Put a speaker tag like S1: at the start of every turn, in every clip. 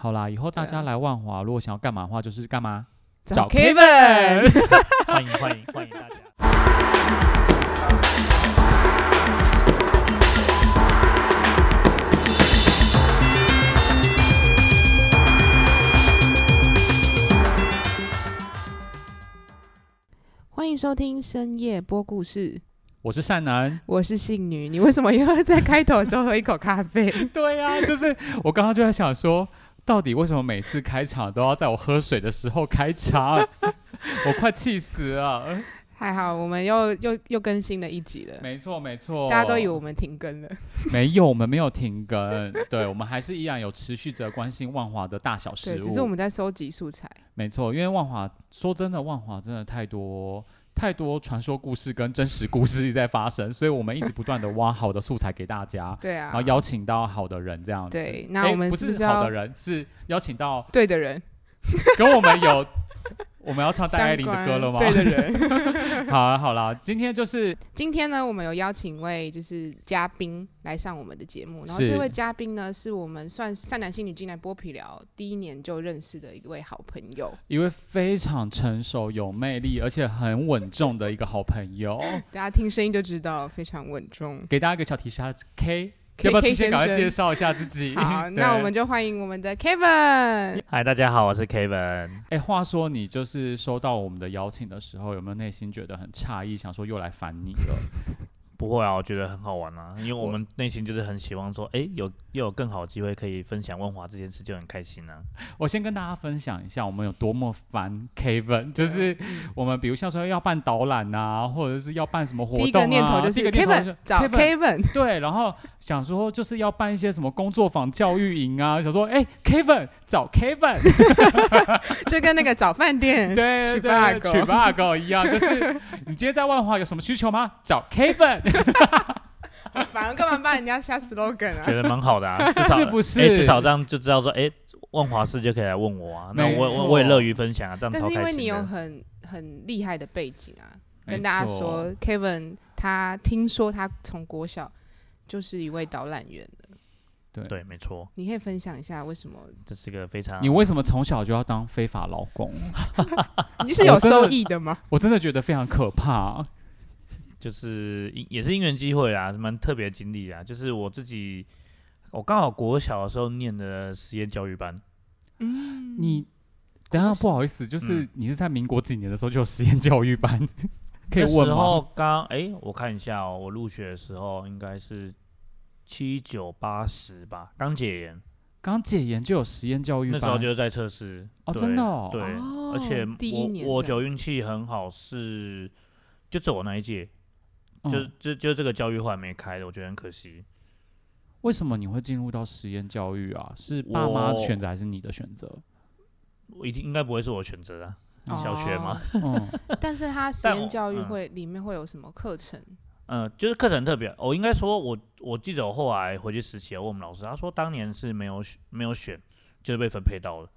S1: 好啦，以后大
S2: 对
S1: 家
S2: 啊
S1: 来万华，如果想要干嘛的话，就是干嘛？
S2: 找
S1: 找
S2: Kevin，
S3: 欢迎欢迎欢迎大家。
S2: 欢迎收听深夜播故事，
S1: 我是善男。
S2: 我是信女。你为什么又要在开头的时候喝一口咖啡？
S1: 对呀、就是 我刚刚就在想说，到底为什么每次开场都要在我喝水的时候开场？ 我快气死了！
S2: 还好，我们又又又更新了一集了，
S1: 没错没错，
S2: 大家都以为我们停更了。
S1: 没有，我们没有停更，对我们还是依然有持续着关心万华的大小
S2: 对，
S1: 事
S2: 只是我
S1: 物。
S2: 们在收集素材。
S1: 没错，因为万华说真的，万华真的太多太多传说故事跟真实故事一直在发生，所以我们一直不断的挖好的素材给大家，
S2: 对啊
S1: 然后，邀请到好的人这样子。
S2: 对，那
S1: 诶
S2: 我们
S1: 哦哎不
S2: 是
S1: 是好
S2: 要
S1: 的人，是邀请到
S2: 对的人
S1: 跟我们 有我们要唱戴爱
S2: 相
S1: 玲
S2: 关
S1: 的歌了吗？
S2: 对 的人。
S1: 好啦好啦，今天就是
S2: 今天呢，我们有邀请一位就是嘉宾来上我们的节目，然后
S1: 是
S2: 这位嘉宾呢，是我们算善男信女进来剥皮聊第一年就认识的一位好朋友。
S1: 一位非常成熟、有魅力，而且很稳重的一个好朋友。
S2: 大家听声音就知道非常稳重。
S1: 给大家一个小提示，他是 K，
S2: K-
S1: 要不要
S2: K
S1: 提前赶快
S2: 先生
S1: 介绍一下自己？
S2: 好，
S1: 对
S2: 那我们就欢迎我们的 Kevin。
S3: 嗨，大家好，我是 Kevin。
S1: 哎，话说你就是收到我们的邀请的时候，有没有内心觉得很诧异，想说又来烦你了？
S3: 不会啊，我觉得很好玩啊，因为我
S1: 我
S3: 们内心就是很希望说，哎，有又有更好的机会可以分享万华这件事，就很开心啊。
S1: 我先跟大家分享一下我们有多么烦 Kevin，就是我们比如像说要办导览啊，或者是要办什么活动啊，
S2: 第一个念头就是
S1: 第一个念头就
S2: Kevin
S1: 是
S2: 找
S1: Kevin
S2: Kevin，
S1: 对，然后想说就是要办一些什么工作坊、教育营啊，想说哎、k e v i n 找 Kevin，
S2: 就跟那个找饭 店。
S1: 对对
S2: 取哦八
S1: 对，
S2: 狗
S1: 取 bug 哦一样，就是你今天在万华有什么需求吗？找 Kevin，
S2: 反而干嘛帮人家下 slogan
S3: 觉
S2: 啊？
S3: 得蛮好的啊，至少
S1: 是不是？
S3: 哎至少这样就知道说，哎，万华市就可以来问我啊，那
S1: 没
S3: 我我
S1: 错
S3: 我也乐于分享啊，这样
S2: 但
S3: 超
S2: 是因
S3: 开
S2: 为你
S3: 心
S2: 有
S3: 的。
S2: 很很厉害的背景啊，
S1: 没
S2: 跟大家
S1: 错
S2: 说，Kevin 他听说他从国小就是一位导览员的，
S3: 对，没错，
S2: 你可以分享一下为什么？
S3: 这是个非常
S1: 你为什么从小就要当非法劳工？
S2: 你是有
S1: 我真的
S2: 收益的吗？
S1: 我真的觉得非常可怕。啊
S3: 就是因也是因缘机会啊，蛮特别的经历啊。就是我自己，我刚好国小的时候念的实验教育班，
S2: 嗯，
S1: 你等一下不好意思，就是
S3: 嗯
S1: 你是在民国几年的时候就有实验教育班， 可以
S3: 那
S1: 问
S3: 时候
S1: 吗？
S3: 刚哎、我看一下哦，我入学的时候应该是七九八十吧，刚解严，
S1: 刚解严就有实验教育
S3: 那
S1: 班，
S3: 时候就是在测试
S1: 哦
S3: 对
S1: 真的哦
S3: 对，
S2: 哦
S3: 而且
S2: 第一年
S3: 我我
S2: 这样
S3: 九运气很好是，就走我那一届，
S1: 嗯
S3: 就是就就这个教育后来没开的，我觉得很可惜。
S1: 为什么你会进入到实验教育啊？是爸妈
S3: 我
S1: 选择还是你的选择？
S3: 我一定应该不会是我选择啊，小学嘛
S2: 哦，
S1: 嗯，
S2: 但是他实
S3: 但
S2: 验
S3: 我
S2: 教育
S3: 嗯
S2: 会里面会有什么课程？
S3: 嗯，就是课程特别，我应该说我，我记得我后来回去实习，我问我们老师，他说当年是没有选没有选，就是被分配到了，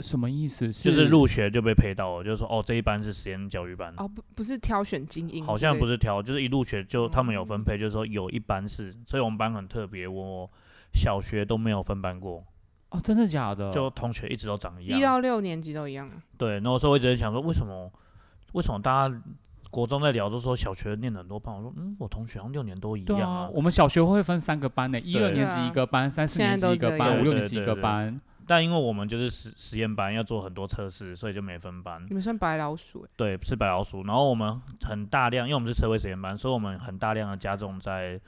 S1: 什么意 思？
S3: 就是入学就被配到了，就是说哦这一班是实验教育班，
S2: 哦，不不是挑选精英之类的，
S3: 嗯好像不是挑，就是一入学就
S1: 哦
S3: 他们有
S2: 嗯
S3: 分配，就是说有一班是，所以我们班很特别，我小学都没有分班过，
S1: 哦，真的假的？
S3: 就同学一直都长一
S2: 一
S3: 样，嗯
S2: 到六年级都一样啊。
S3: 对，然后所以我一直在想说为什么为什么大家国中在聊都说小学念很多班，我说嗯我同学好像六年都一
S1: 对
S3: 样
S1: 啊，我们小学会分三个班呢，一
S3: 对
S1: 二年级一个班，三四
S2: 现在
S1: 年级一
S2: 都
S1: 个
S2: 这
S1: 班，
S2: 样
S1: 五六年级一
S3: 对
S1: 个
S3: 对对
S1: 班。
S3: 但因为我们就是实实验班，要做很多测试，所以就没分班
S2: 你。们算白老鼠欸
S3: 对，是白老鼠。然后我们很大量，因为我们是社会实验班，所以我们很大量的加重在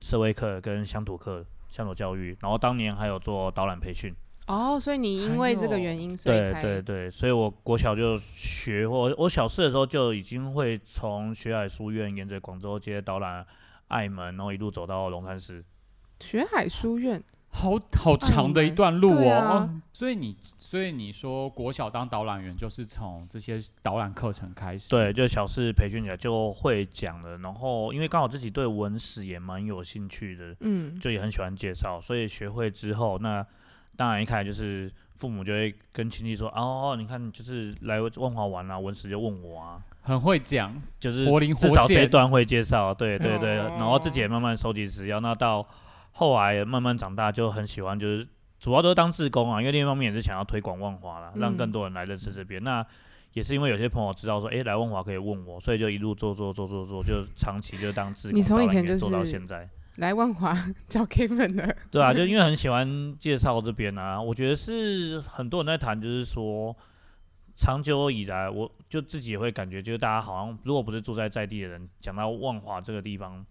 S3: 社会课跟乡土课、乡土教育。然后当年还有做导览培训。
S2: 哦，所以你因为这个原因，所以
S3: 对
S2: 才
S3: 对对，所以我国小就学，我我小四的时候就已经会从学海书院沿着广州街导览爱门，然后一路走到龙山寺。
S2: 学海书院
S1: 好好长的一段路
S3: 哎
S2: 对
S1: 哦，
S2: 啊
S1: 所以你所以你说国小当导览员就是从这些导览课程开始，
S3: 对，就小四培训起来就会讲了。然后因为刚好自己对文史也蛮有兴趣的，
S2: 嗯，
S3: 就也很喜欢介绍，所以学会之后，那当然一开始就是父母就会跟亲戚说，哦，你看就是来万华玩啊，文史就问我啊，
S1: 很会讲，
S3: 就是
S1: 活灵
S3: 至
S1: 活
S3: 少这一
S1: 现。嗯
S3: 段会介绍，对对对，
S2: 哦
S3: 然后自己也慢慢收集资料，那到后来慢慢长大就很喜欢就是。主要都是当志工啊，因为另一方面也是想要推广万华啦，让
S2: 嗯
S3: 更多人来认识这边。那也是因为有些朋友知道说，诶，来万华可以问我，所以就一路做做做做做，就长期就当志工，
S2: 你从以前
S3: 导览员做到
S2: 就是
S3: 现在，
S2: 来万华找 Kevin 的，
S3: 对啊，就因为很喜欢介绍这边啊，我觉得是很多人在谈，就是说长久以来，我就自己也会感觉，就是大家好像如果不是住在在地的人，讲到万华这个地方，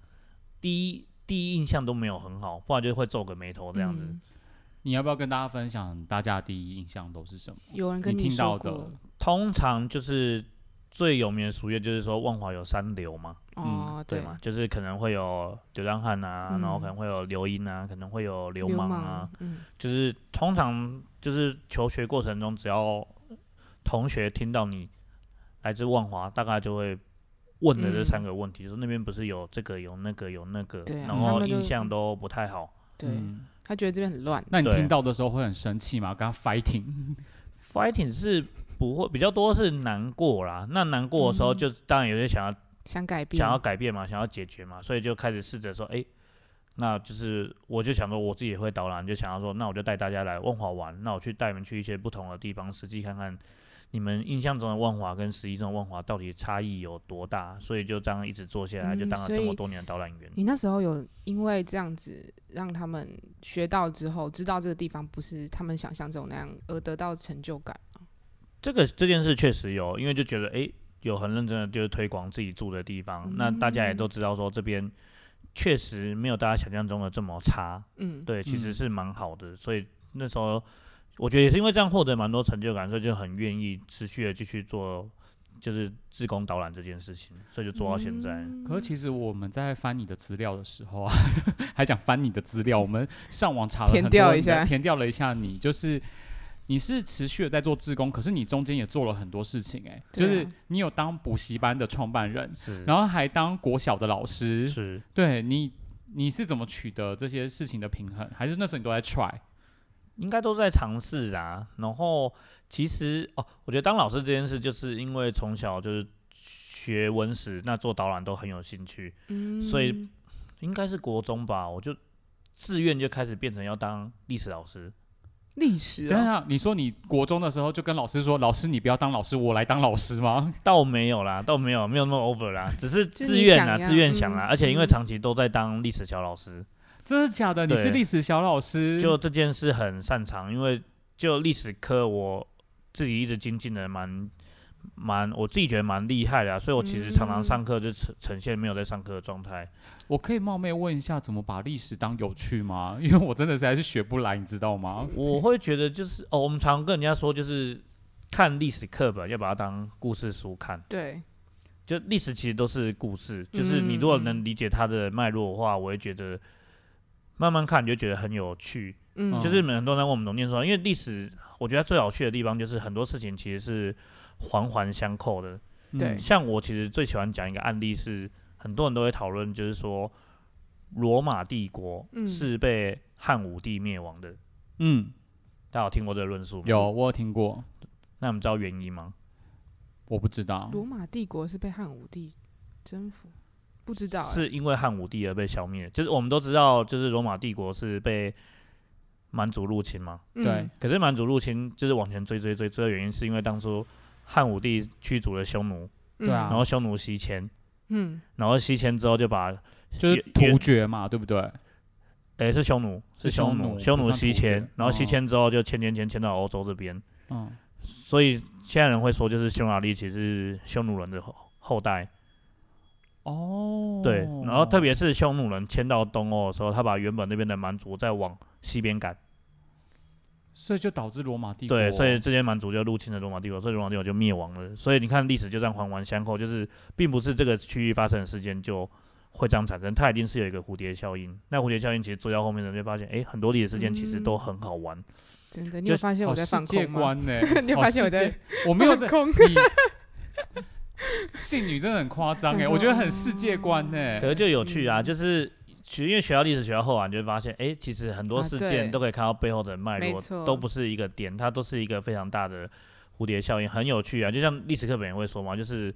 S3: 第一第一印象都没有很好，不然就会皱个眉头这样子。
S2: 嗯
S1: 你要不要跟大家分享大家第一印象都是什么？
S2: 有人跟
S1: 听
S2: 说
S1: 到
S2: 过
S1: 的，
S3: 通常就是最有名的俗谚，就是说万华有三流嘛，
S2: 哦，
S3: 嗯对嘛，就是可能会有流浪汉啊，然
S2: 嗯
S3: 后可能会有流莺啊，可能会有流
S2: 流
S3: 氓
S2: 氓
S3: 啊，，
S2: 嗯，
S3: 就是通常就是求学过程中，只要同学听到你来自万华，大概就会问的这
S2: 嗯
S3: 三个问题，就是那边不是有这个有那个有那个，
S2: 对啊
S3: 然
S1: 他
S3: 后
S2: 们就
S3: 印象都不太好。
S2: 对
S1: 嗯
S2: 他觉得这边很乱，
S1: 那你
S3: 对
S1: 听到的时候会很生气吗？跟他 fighting？
S3: Fighting 是不会比较多是难过啦，那难过的时候
S2: 嗯
S3: 就当然有些想要
S2: 想改变，
S3: 想要改变嘛，想要解决嘛，所以就开始试着说，哎、那就是我就想说我自己也会导览，就想要说，那我就带大家来万华玩，那我去带你们去一些不同的地方，实际看看你们印象中的万华跟实际中的万华到底差异有多大，所以就这样一直做下来，就
S2: 嗯
S3: 当了
S2: 所
S3: 这么
S2: 以嗯
S3: 多年的导览员。
S2: 你那时候有因为这样子让他们学到之后，知道这个地方不是他们想象中那样，而得到成就感。
S3: 这个这件事确实有，因为就觉得诶有很认真的就是推广自己住的地
S2: 嗯
S3: 方，那大家也都知道说这边确实没有大家想象中的这么差，
S2: 嗯，
S3: 对，其实
S1: 嗯
S3: 是蛮好的，所以那时候我觉得也是因为这样获得蛮多成就感，所以就很愿意持续的继续做就是志工导览这件事情，所以就做到现在。
S1: 可是其实我们在翻你的资料的时候啊， 还讲翻你的资料，我们上网查了很
S2: 填
S1: 多
S2: 掉
S1: 你的
S2: 一下
S1: 填掉了一下你，就是你是持续的在做志工，可是你中间也做了很多事情、欸，哎、就
S2: 对啊
S1: 是你有当补习班的创办人，
S3: 是
S1: 然后还当国小的老师，
S3: 是，
S1: 对你。你是怎么取得这些事情的平衡？还是那时候你都在 try？
S3: 应该都在尝试啊。然后其实哦，我觉得当老师这件事，就是因为从小就是学文史，那做导览都很有兴趣，
S2: 嗯
S3: 所以应该是国中吧，我就自愿就开始变成要当历史老师。
S2: 历史
S1: 等一
S2: 啊，
S1: 下，你说你国中的时候就跟老师说：“老师，你不要当老师，我来当老师吗
S3: 倒没有啦，倒没有，没有那么 over 啦，只是
S2: 就是
S3: 自
S2: 你
S3: 愿
S2: 想
S3: 啦，
S2: 要
S3: 自愿想啦。
S2: 嗯
S3: 而且因为
S2: 嗯
S3: 长期都在当历史小老师，？”
S1: 真的假的？你是
S3: 对
S1: 历史小老
S2: 嗯
S1: 师，
S3: 就这件事很擅长，因为就历史课我自己一直精进的蛮蛮，我自己觉得蛮厉害的、啊，所以我其实常常
S2: 嗯
S3: 上课就呈呈现没有在上课的状态。
S1: 我可以冒昧问一下，怎么把历史当有趣吗？ 因为我真的实在是学不来，你知道吗？
S3: 我会觉得就是哦，我们常跟人家说就是看历史课本要把它当故事书看。
S2: 对，
S3: 就历史其实都是故事，就是你如果
S2: 嗯
S3: 能理解它的脉络的话，我会觉得慢慢看你就觉得很有趣。
S2: 嗯，
S3: 就是很多人在问我们董建说，因为历史，我觉得最有趣的地方就是很多事情其实是环环相扣的。
S2: 对
S1: 嗯
S3: 像我其实最喜欢讲一个案例是，很多人都会讨论，就是说罗马帝国
S2: 嗯
S3: 是被汉武帝灭亡的。
S1: 嗯，
S3: 大家有听过这个论述吗？
S1: 有。我有听过，
S3: 那你们知道原因吗？
S1: 我不知道。
S2: 罗马帝国是被汉武帝征服，不知道欸
S3: 是因为汉武帝而被消灭。就是我们都知道，就是罗马帝国是被蛮族入侵嘛。
S2: 嗯
S1: 对
S3: 可是蛮族入侵就是往前追追追追的原因，是因为当初汉武帝驱逐了匈奴，
S1: 对啊
S3: 然后匈奴西迁，
S2: 嗯，
S3: 然后西迁之后就把，
S1: 就是
S3: 也
S1: 突厥嘛，对不对？
S3: 诶是匈奴，
S1: 是
S3: 是
S1: 匈
S3: 匈
S1: 奴
S3: 奴，匈
S1: 不
S3: 奴
S1: 算
S3: 西
S1: 突厥
S3: 迁，然后西
S1: 哦
S3: 迁之后就迁迁迁迁到欧洲这边，
S1: 嗯，
S3: 所以现在人会说就是匈牙利其实是匈奴人的后后代，
S1: 哦，
S3: 对，然后特别是匈奴人迁到东欧的时候，他把原本那边的蛮族再往西边赶，
S1: 所以就导致罗马帝国哦
S3: 对，所以这些蛮族就入侵了罗马帝国，所以罗马帝国就灭亡了。所以你看历史就这样环环相扣，就是并不是这个区域发生的事件就会这样产生，它一定是有一个蝴蝶效应。那蝴蝶效应其实追到后面的人就发现，诶，很多历史事件其
S2: 嗯
S3: 实都很好玩。
S2: 真的，你有
S3: 就
S2: 发现
S1: 好
S2: 我在
S1: 世
S2: 放
S1: 界
S2: 空吗？
S1: 观呢、
S2: 你有
S1: 好
S2: 发现
S1: 世
S2: 我在
S1: 界我没有在
S2: 放空，
S1: 你性女真的很夸张 哎、
S2: 想说
S1: 我觉得很世界观呢、欸
S3: 可是就有趣啊，
S2: 嗯
S3: 就是其实因为学到历史学到后啊，你就会发现，诶，其实很多
S2: 啊
S3: 事
S2: 对
S3: 件都可以看到背后的脉
S2: 没
S3: 络，
S2: 错
S3: 都不是一个点，它都是一个非常大的蝴蝶效应，很有趣啊。就像历史课本也会说嘛，就是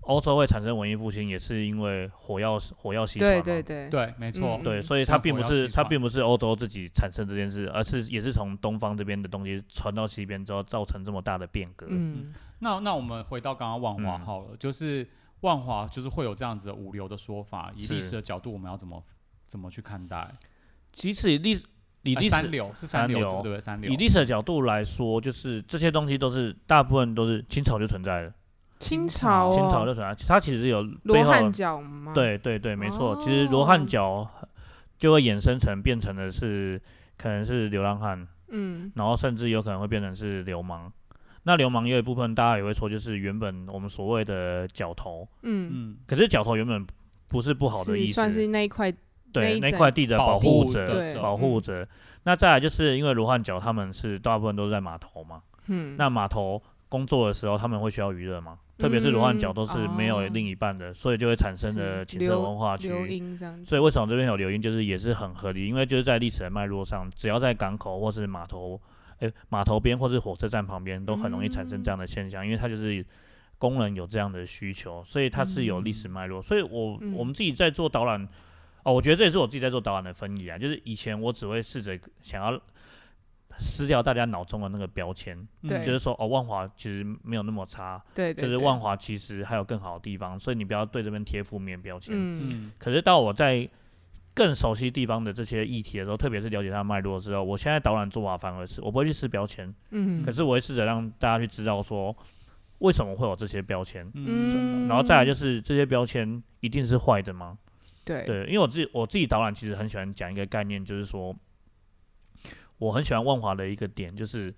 S3: 欧洲会产生文艺复兴，也是因为火药火药西
S2: 对
S3: 传
S2: 对
S3: 嘛
S2: 对，
S1: 对，没错，
S2: 嗯
S3: 对，所以
S1: 是
S3: 它
S1: 火
S3: 并不
S1: 药
S3: 是
S1: 西
S3: 它
S1: 传
S3: 并不是欧洲自己产生这件事，而是也是从东方这边的东西传到西边之后，造成这么大的变革。
S2: 嗯
S1: 那那我们回到刚刚万华
S3: 嗯
S1: 好了，就是万华就是会有这样子的五流的说法，以
S3: 是
S1: 历史的角度，我们要怎么怎么去看待？
S3: 即使以历以
S1: 哎
S3: 历
S1: 三
S3: 史
S1: 流是
S3: 三
S1: 三
S3: 流
S1: 流，对不对？三流
S3: 以历史的角度来说，就是这些东西都是大部分都是清朝就存在了，
S2: 清朝、哦，
S3: 清朝就存在，它其实有背
S2: 罗
S3: 后
S2: 汉脚吗？，
S3: 对对对，没错。其实罗汉
S2: 哦
S3: 脚就会衍生成变成的是，可能是流浪汉，
S2: 嗯
S3: 然后甚至有可能会变成是流氓。那流氓也有一部分大家也会说，就是原本我们所谓的角头，
S2: 嗯，
S1: 嗯，
S3: 可是角头原本不是不好的意
S2: 是
S3: 思，
S2: 算是那一块，那
S3: 对
S2: 一
S3: 那
S2: 整嗯
S3: 块地的
S1: 保
S3: 保护
S1: 护
S3: 者，
S1: 的
S2: 对
S1: 者
S3: 保护者。那再来就是因为罗汉脚他们是大部分都是在码头嘛，
S2: 嗯，
S3: 那码头工作的时候，他们会需要娱乐吗？特别是罗汉脚
S2: 嗯
S3: 都是没有
S2: 哦
S3: 另一半的，所以就会产生
S2: 是
S3: 了情色
S2: 流
S3: 文化
S2: 留
S3: 区。
S2: 音这样子，
S3: 所以为什么这边有留音，就是也是很合理，因为就是在历史的脉络上，只要在港口或是码头，哎、码头边或是火车站旁边，都很容易产生这样的现象，因为它就是工人有这样的需求，所以它是有历史脉络。所以我、
S2: 嗯
S3: 我们自己在做导览，哦，我觉得这也是我自己在做导览的分野啊，就是以前我只会试着想要撕掉大家脑中的那个标签，
S1: 嗯
S2: 对
S3: 就是说哦，万华其实没有那么差，
S2: 对对，
S3: 就是
S2: 嗯对
S3: 万，华其实还有更好的地方，所以你不要对这边贴负面标签。
S2: 嗯
S1: 嗯
S3: 可是到我在更熟悉地方的这些议题的时候，特别是了解它的脉络之后，我现在导览做法反而是我不会去撕标签，
S2: 嗯，
S3: 可是我会试着让大家去知道说为什么会有这些标签，
S1: 嗯
S2: 嗯，
S3: 然后再来就是这些标签一定是坏的吗？
S2: 对
S3: 对，因为我自己我自己导览其实很喜欢讲一个概念，就是说我很喜欢万华的一个点，就是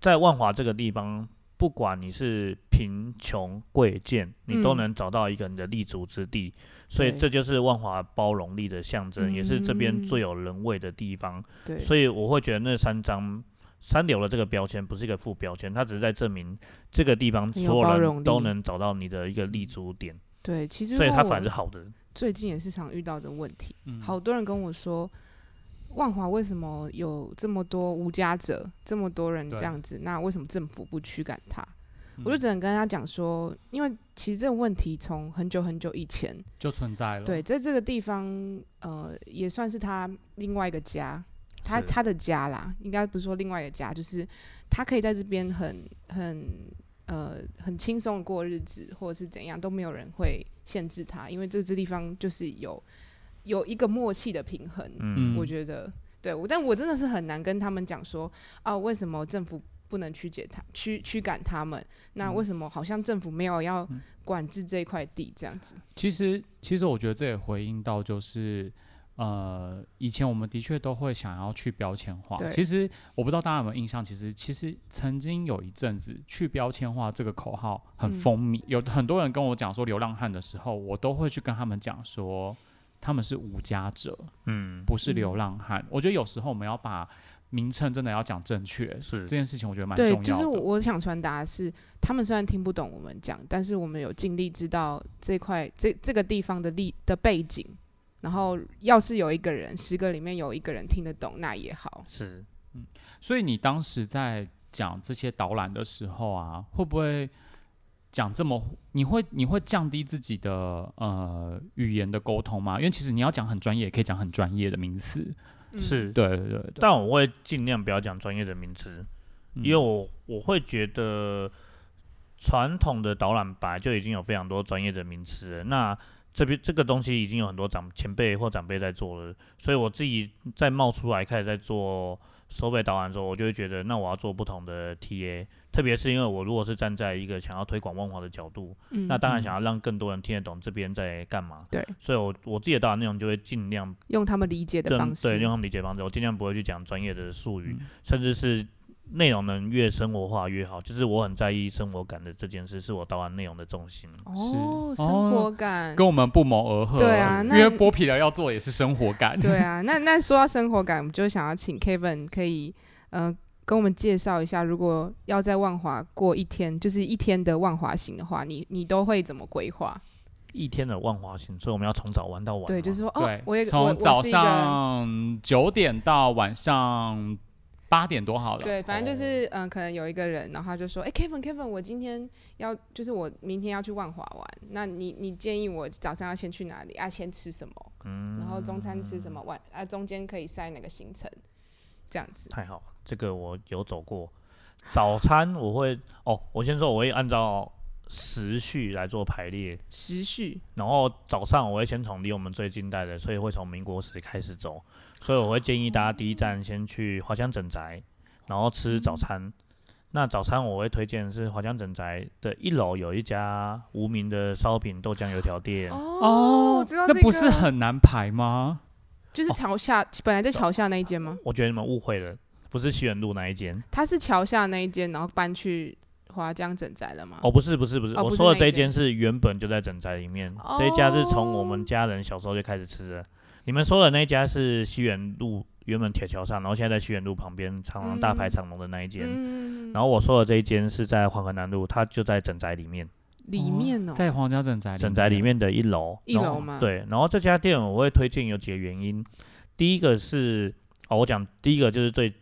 S3: 在万华这个地方，不管你是贫穷贵贱，你都
S2: 嗯
S3: 能找到一个你的立足之地，所以
S2: 对
S3: 这就是万华包容力的象征，也是这边最
S2: 嗯
S3: 有人味的地方。
S2: 对，
S3: 所以我会觉得那三张。三流的这个标签不是一个副标签，它只是在证明这个地方
S2: 很有
S3: 所
S2: 包
S3: 有
S2: 容
S3: 人都
S2: 力
S3: 能找到你的一个立足点，
S2: 对，其实
S3: 所以它
S2: 我
S3: 反而是好的。
S2: 最近也是常遇到的问题，
S1: 嗯
S2: 好多人跟我说，万华为什么有这么多无家者，这么多人这
S1: 对
S2: 样子？那为什么政府不驱赶他？
S1: 嗯
S2: 我就只能跟他讲说，因为其实这个问题从很久很久以前，
S1: 就存在了，
S2: 对，在这个地方，呃，也算是他另外一个家，他
S3: 是
S2: 他的家啦，应该不是说另外一个家，就是他可以在这边很很呃很轻松地过日子，或者是怎样都没有人会限制他，因为这这地方就是有有一个默契的平衡，
S3: 嗯
S2: 我觉得对我，但我真的是很难跟他们讲说啊，为什么政府不能驱解他驱驱赶他们？那
S3: 嗯
S2: 为什么好像政府没有要
S1: 嗯
S2: 管制这一块地这样子？
S1: 其实，其实我觉得这也回应到，就是呃，以前我们的确都会想要去标签化
S2: 对。
S1: 其实我不知道大家有没有印象，其实其实曾经有一阵子去标签化这个口号很
S2: 嗯
S1: 风靡，有很多人跟我讲说流浪汉的时候，我都会去跟他们讲说他们是无家者，
S3: 嗯，
S1: 不是流
S2: 嗯
S1: 浪汉。我觉得有时候我们要把名称真的要讲正确，
S3: 是
S1: 这件事情我觉得蛮重
S2: 对
S1: 要，的。
S2: 就是我我想传达的是，他们虽然听不懂我们讲，但是我们有尽力知道这块这这个地方的历的背景。然后，要是有一个人，十个里面有一个人听得懂，那也好。
S3: 是，
S1: 所以你当时在讲这些导览的时候啊，会不会讲这么？你会你会降低自己的呃语言的沟通吗？因为其实你要讲很专业，也可以讲很专业的名词。
S2: 嗯、
S3: 是，
S1: 对对对对，
S3: 但我会尽量不要讲专业的名词，因为我我会觉得传统的导览白就已经有非常多专业的名词了，那这边这个东西已经有很多长前辈或长辈在做了，所以我自己在冒出来开始在做收费导览的时候，我就会觉得那我要做不同的 TA，特别是因为我如果是站在一个想要推广万华的角度，
S2: 嗯
S3: 那当然
S1: 嗯
S3: 想要让更多人听得懂这边在干嘛，
S2: 对，
S3: 所以我我自己的导览内容就会尽量
S2: 用他们理解的
S3: 对
S2: 方式，
S3: 对，用他们理解方式，我尽量不会去讲专业的术语，
S1: 嗯
S3: 甚至是内容能越生活化越好。就是我很在意生活感的这件事，是我导览内容的重心。
S2: 哦，
S1: 是
S2: 生
S1: 哦
S2: 活感，
S1: 跟我们不谋而合。
S2: 对啊
S1: 因
S2: 那
S1: 为剥皮了要做也是生活感。
S2: 对啊，那那说到生活感，我们就想要请 Kevin 可以呃跟我们介绍一下，如果要在万华过一天，就是一天的万华行的话，你你都会怎么规划？
S3: 一天的万华行，所以我们要从早玩到晚嘛。
S2: 对，就是说哦
S1: 对，
S2: 我也我
S1: 从
S2: 我
S1: 早
S2: 是一个
S1: 上九点到晚上。八点多好了。哦
S2: 对，反正就是嗯、呃可能有一个人，然后他就说：“哎、k e v i n Kevin，我今天要就是我明天要去万华玩，那你你建议我早上要先去哪里啊？先吃什么？然后中餐吃什
S1: 嗯
S2: 么？晚啊中间可以塞哪个行程？这样子。
S3: 太好了，这个我有走过。早餐我会哦，我先说我会按照时序来做排列，
S2: 时序
S3: 然后早上我会先从离我们最近代的，所以会从民国时开始走，所以我会建议大家第一站先去华香整宅，然后吃早餐。那早餐我会推荐是华香整宅的一楼有一家无名的烧饼豆浆油条店，
S2: 哦，
S1: 哦
S2: 我知道、这
S1: 那
S2: 个、
S1: 不是很哦难排吗？
S2: 就是桥下、本来在桥下那一间吗？
S3: 我觉得你们误会了，不是西园路那一间。
S2: 它是桥下那一间，然后搬去华江整宅了吗？
S3: 哦，不是不是不是，
S2: 哦不
S3: 我
S2: 是
S3: 说的
S2: 那
S3: 这
S2: 一
S3: 一间是原本就在整宅里面，
S2: 哦
S3: 这一家是从我们家人小时候就开始吃的。你们说的那一家是西园路原本铁桥上，然后现在在西园路旁边长廊大排
S2: 嗯
S3: 长龙的那一间。
S2: 嗯
S3: 然后我说的这一间是在黄河南路，它就在整宅里面，
S2: 里面哦，
S1: 在哦皇家整宅，
S3: 整宅里，面的一楼。
S2: 一
S3: 然后
S2: 楼啊吗？，
S3: 对，然后这家店我会推荐有几个原因，第一个是哦，我讲第一个就是最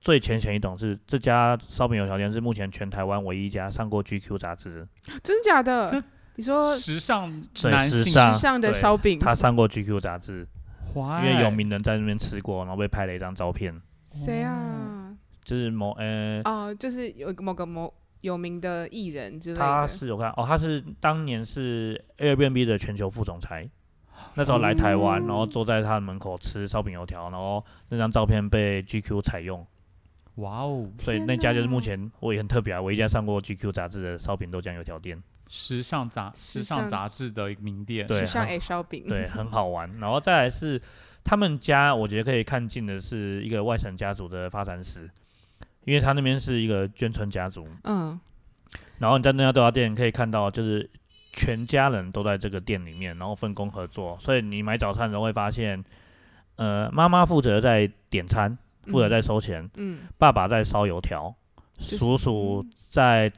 S3: 最浅显易懂是这家烧饼油条店是目前全台湾唯一一家上过 GQ 杂志，
S2: 真假的
S1: 这？啊
S2: 你说时
S1: 时尚
S3: 对
S1: 男
S3: 时
S1: 性
S3: 尚
S2: 尚的
S3: 对
S2: 烧饼，
S3: 它上过 GQ 杂志，因
S1: ，Why？
S2: 哎
S3: 为有名人在那边吃过，然后被拍了一张照片，
S2: 谁啊？
S3: 就是某呃，
S2: 哦，就是有一个某个某有名的艺人之类
S3: 他
S2: 的。
S3: 是有看哦，他是当年是 Airbnb 的全球副总 裁，那时候来台
S2: 哦
S3: 湾，然后坐在他的门口吃烧饼油条，然后那张照片被 GQ 采用。
S1: 哇哦，
S3: 所以
S2: 天
S3: 那家就是目
S2: 哪
S3: 前我也很特别啊，唯一一家上过 GQ 杂志的烧饼豆浆油条 店，
S1: 时尚杂
S2: 时
S1: 时尚
S2: 尚
S1: 杂志的一个名店，
S3: 对
S2: 时尚
S3: 很
S2: A 烧饼，
S3: 对，很好玩。然后再来是他们家，我觉得可以看近的是一个外省家族的发展史，因为他那边是一个眷村家族，
S2: 嗯，
S3: 然后你在那家豆花店可以看到，就是全家人都在这个店里面，然后分工合作。所以你买早餐的时候会发现，呃，妈妈负责在点餐，负责在收钱，
S2: 嗯，
S3: 爸爸在烧油条，
S2: 是
S3: 叔叔在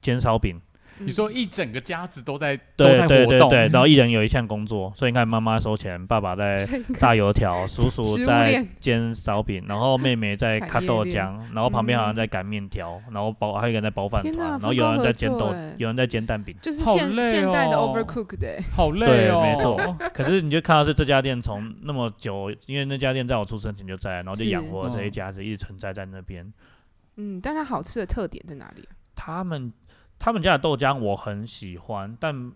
S3: 煎烧饼。
S2: 嗯
S1: 你说一整个家子都在都
S3: 对
S1: 在
S3: 对
S1: 活
S3: 对
S1: 动，
S3: 对，然后一人有一项工作，所以你看妈妈收钱，爸 爸在
S2: 这个
S3: 炸油条，叔叔
S2: 食物
S3: 在
S2: 链
S3: 煎烧饼，然后妹妹在
S2: 产
S3: 卡
S2: 业
S3: 豆
S2: 链
S3: 浆，然后旁边好像
S2: 嗯
S3: 在擀面条，然后包还有一个人在包饭
S2: 天
S3: 团，
S2: 哪
S3: 然后
S2: 分
S3: 有
S2: 工
S3: 人
S2: 合
S3: 在煎
S2: 作
S3: 豆
S2: 欸，
S3: 有人在煎蛋饼。
S2: 就是
S1: 好
S2: 现
S1: 累
S2: 现代的
S1: 哦
S2: overcooked 哎，
S1: 好累
S3: 对
S1: 哦，
S3: 没错可是你就看到是这家店从那么久，因为那家店在我出生前就在，然后就是养活了这一
S1: 嗯
S3: 家子，一直存在在那边。
S2: 嗯，但它好吃的特点在哪里啊？
S3: 他们他们家的豆浆我很喜欢，但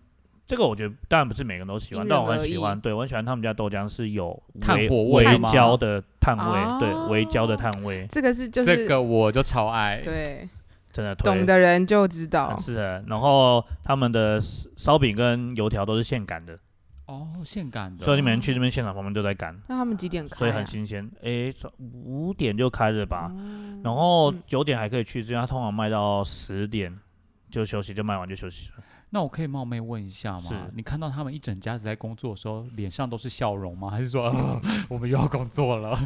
S3: 这个我觉得当然不是每个人都喜欢，
S2: 因人
S3: 但我很喜
S2: 而
S3: 欢。
S2: 异
S3: 对，我很喜欢他们家豆浆是有
S1: 炭
S3: 微
S1: 火味
S3: 微
S1: 吗
S3: 焦的炭味，
S2: 啊
S3: 对，微焦的炭味，
S2: 这个是就
S1: 这
S2: 是
S1: 个我就超爱，
S2: 对
S3: 真的推
S2: 懂的人就知道
S3: 很，适合。然后他们的烧烧饼跟油条都是现擀的，
S1: 哦，现擀的，
S3: 所以你们去那边现场旁边都在擀，
S2: 那他们几点开啊？
S3: 所以很啊新鲜。诶，五点就开了吧？
S2: 哦
S3: 然后
S2: 嗯
S3: 九点还可以去，因为它通常卖到十点就休息，就卖完就休息了。
S1: 那我可以冒昧问一下
S3: 是
S1: 吗？你看到他们一整家子在工作的时候，脸上都是笑容吗？还是 说、呃我们又要工作 了？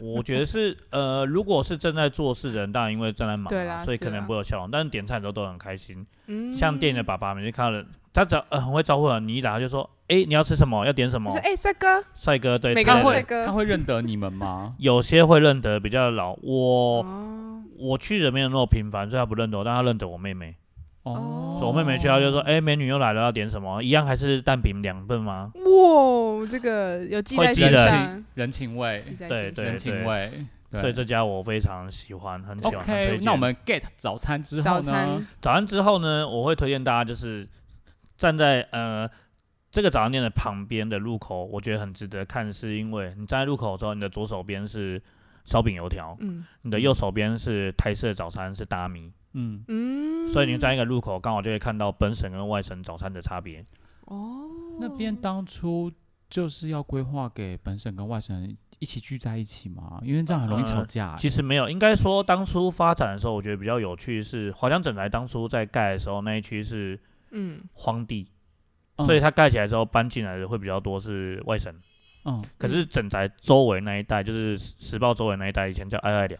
S3: 我觉得是，呃，如果是正在做事的人，当然因为正在忙、
S2: 对
S3: 啊，
S2: 啦
S3: 所以
S2: 是
S3: 可能
S2: 啊
S3: 不会有笑容。但是点菜的时候都很开心，
S2: 嗯
S3: 像店里的爸爸每次看到人，他只要、呃、很会招呼人，你一来他就说，哎、你要吃什么？要点什么
S2: 我说：“？哎、帅哥，
S3: 帅哥，对，
S2: 每
S3: 之
S2: 个
S1: 他
S3: 类
S2: 人
S3: 的
S1: 会
S2: 帅哥
S1: 他会认得你们吗？
S3: 有些会认得，比较老。我、
S2: 哦，
S3: 我去人没有那么频繁，所以他不认得我，但他认得我妹妹。
S1: 哦，
S3: 所以我妹妹去，他就说，哎、美女又来了，要点什么？一样还是蛋饼两份吗？
S2: 哇，这个有记
S3: 会
S2: 在
S3: 记
S2: 心
S3: 得
S2: 上，
S1: 人情味，
S2: 记在
S3: 对
S2: 心上
S1: 人。情味，对
S3: 所以这家我非常喜欢，很喜欢。很推
S1: OK，
S3: 荐
S1: 那我们 get 早餐之后
S2: 早餐
S1: 呢？
S3: 早餐之后呢，我会推荐大家就是站在呃这个早餐店的旁边的路口，我觉得很值得看，是因为你站在路口的时候，你的左手边是烧饼油条，
S2: 嗯
S3: 你的右手边是台式的早餐是大米，
S1: 嗯，
S2: 嗯，
S3: 所以你站在一个路口，刚好就会看到本省跟外省早餐的差别。
S2: 哦，
S1: 那边当初就是要规划给本省跟外省一起聚在一起嘛，因为这样很容易吵
S3: 呃
S1: 架、欸
S3: 其实没有，应该说当初发展的时候，我觉得比较有趣是华强整来当初在盖的时候，那一区是
S2: 嗯，
S3: 荒地，
S1: 嗯
S3: 所以它盖起来之后搬进来的会比较多是外省。
S1: 嗯，
S3: 可是整宅周围那一带，就是时报周围那一带，以前叫爱爱寮，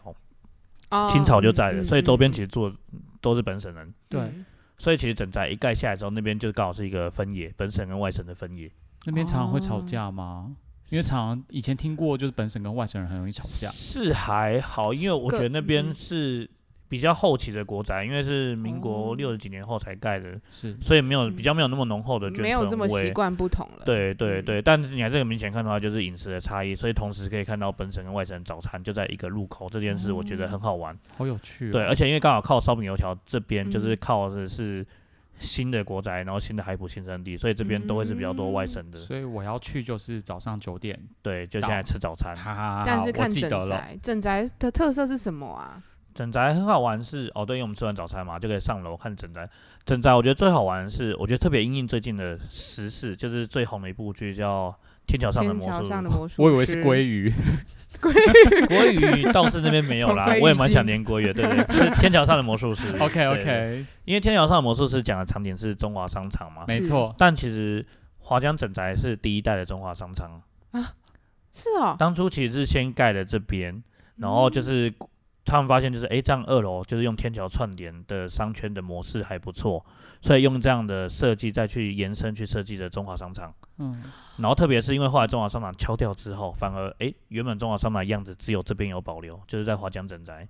S2: 哦
S3: 清朝就在了，
S2: 嗯
S3: 所以周边
S2: 嗯
S3: 其实住的都是本省人，
S1: 对
S2: 嗯
S3: 所以其实整宅一盖下来之后，那边就刚好是一个分野，本省跟外省的分野。
S1: 那边常常会吵
S2: 哦
S1: 架吗？因为常常以前听过，就是本省跟外省人很容易吵架。
S3: 是还好，因为我
S2: 个
S3: 觉得那边
S2: 嗯
S3: 是比较后期的国宅，因为是民国
S2: 哦
S3: 六十几年后才盖的，
S1: 是
S3: 所以没有
S2: 嗯
S3: 比较没有那么浓厚的眷
S2: 没有这么
S3: 村
S2: 习
S3: 味。
S2: 惯不同了。
S3: 对对
S2: 嗯
S3: 对，但是你还是很明显看到它就是饮食的差异，所以同时可以看到本省跟外省早餐就在一个路口，这件事我觉得很好玩。
S1: 好有趣、哦。
S3: 对，而且因为刚好靠烧饼油条这边就是
S2: 嗯
S3: 靠的是新的国宅，然后新的海埔新生地，所以这边都会是比较多
S2: 嗯
S3: 外省的。
S1: 所以我要去就是早上九点，
S3: 对，就现在吃早餐
S1: 哈。哈哈哈。
S3: 啊
S2: 但是看
S1: 我记
S2: 整
S1: 得了，
S2: 宅，整宅的特色是什么啊？
S3: 整宅很好玩是哦，对，因为我们吃完早餐嘛，就可以上楼看整宅。整宅我觉得最好玩的是，我觉得特别因应最近的时事，就是最红的一部剧叫《天桥上的
S2: 天
S3: 魔
S2: 桥
S3: 术
S2: 上的魔术 师，
S1: 我以为是鲑 鱼，
S3: 国语倒是那边没有啦
S2: 同归，于
S3: 我也蛮
S2: 尽
S3: 想念国语的，对对，是《天桥上的魔术师》对。
S1: OK
S3: 对
S1: OK，
S3: 因为《天桥上的魔术师》讲的场景是中华商场嘛，
S1: 没错，
S3: 但其实华江整宅是第一代的中华商场，
S2: 是哦，
S3: 当初其实是先盖的这边，然
S2: 嗯
S3: 后就是。他们发现就是，诶，这样二楼就是用天桥串联的商圈的模式还不错，所以用这样的设计再去延伸去设计的中华商场。
S1: 嗯，
S3: 然后特别是因为后来中华商场敲掉之后，反而诶，原本中华商场的样子只有这边有保留，就是在华江整宅。
S2: 嗯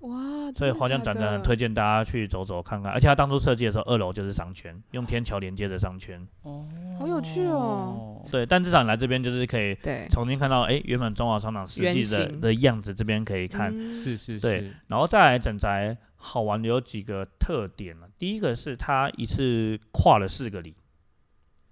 S2: 哇，
S3: 所
S2: 真
S3: 以
S2: 的
S3: 华江
S2: 假
S3: 展展很
S2: 的
S3: 推荐大家去走走看看，而且它当初设计的时候，二楼就是商圈，用天桥连接的商圈。
S1: 哦，
S2: 好有趣哦。
S3: 对，但至少你来这边就是可以
S2: 对，
S3: 重新看到，哎、原本中华商场实际
S2: 原
S3: 的
S2: 型
S3: 的样子，这边可以看。
S2: 嗯
S1: 是是
S3: 对
S1: 是，
S3: 然后再来整宅好玩的有几个特点呢、第一个是它一次跨了四个里，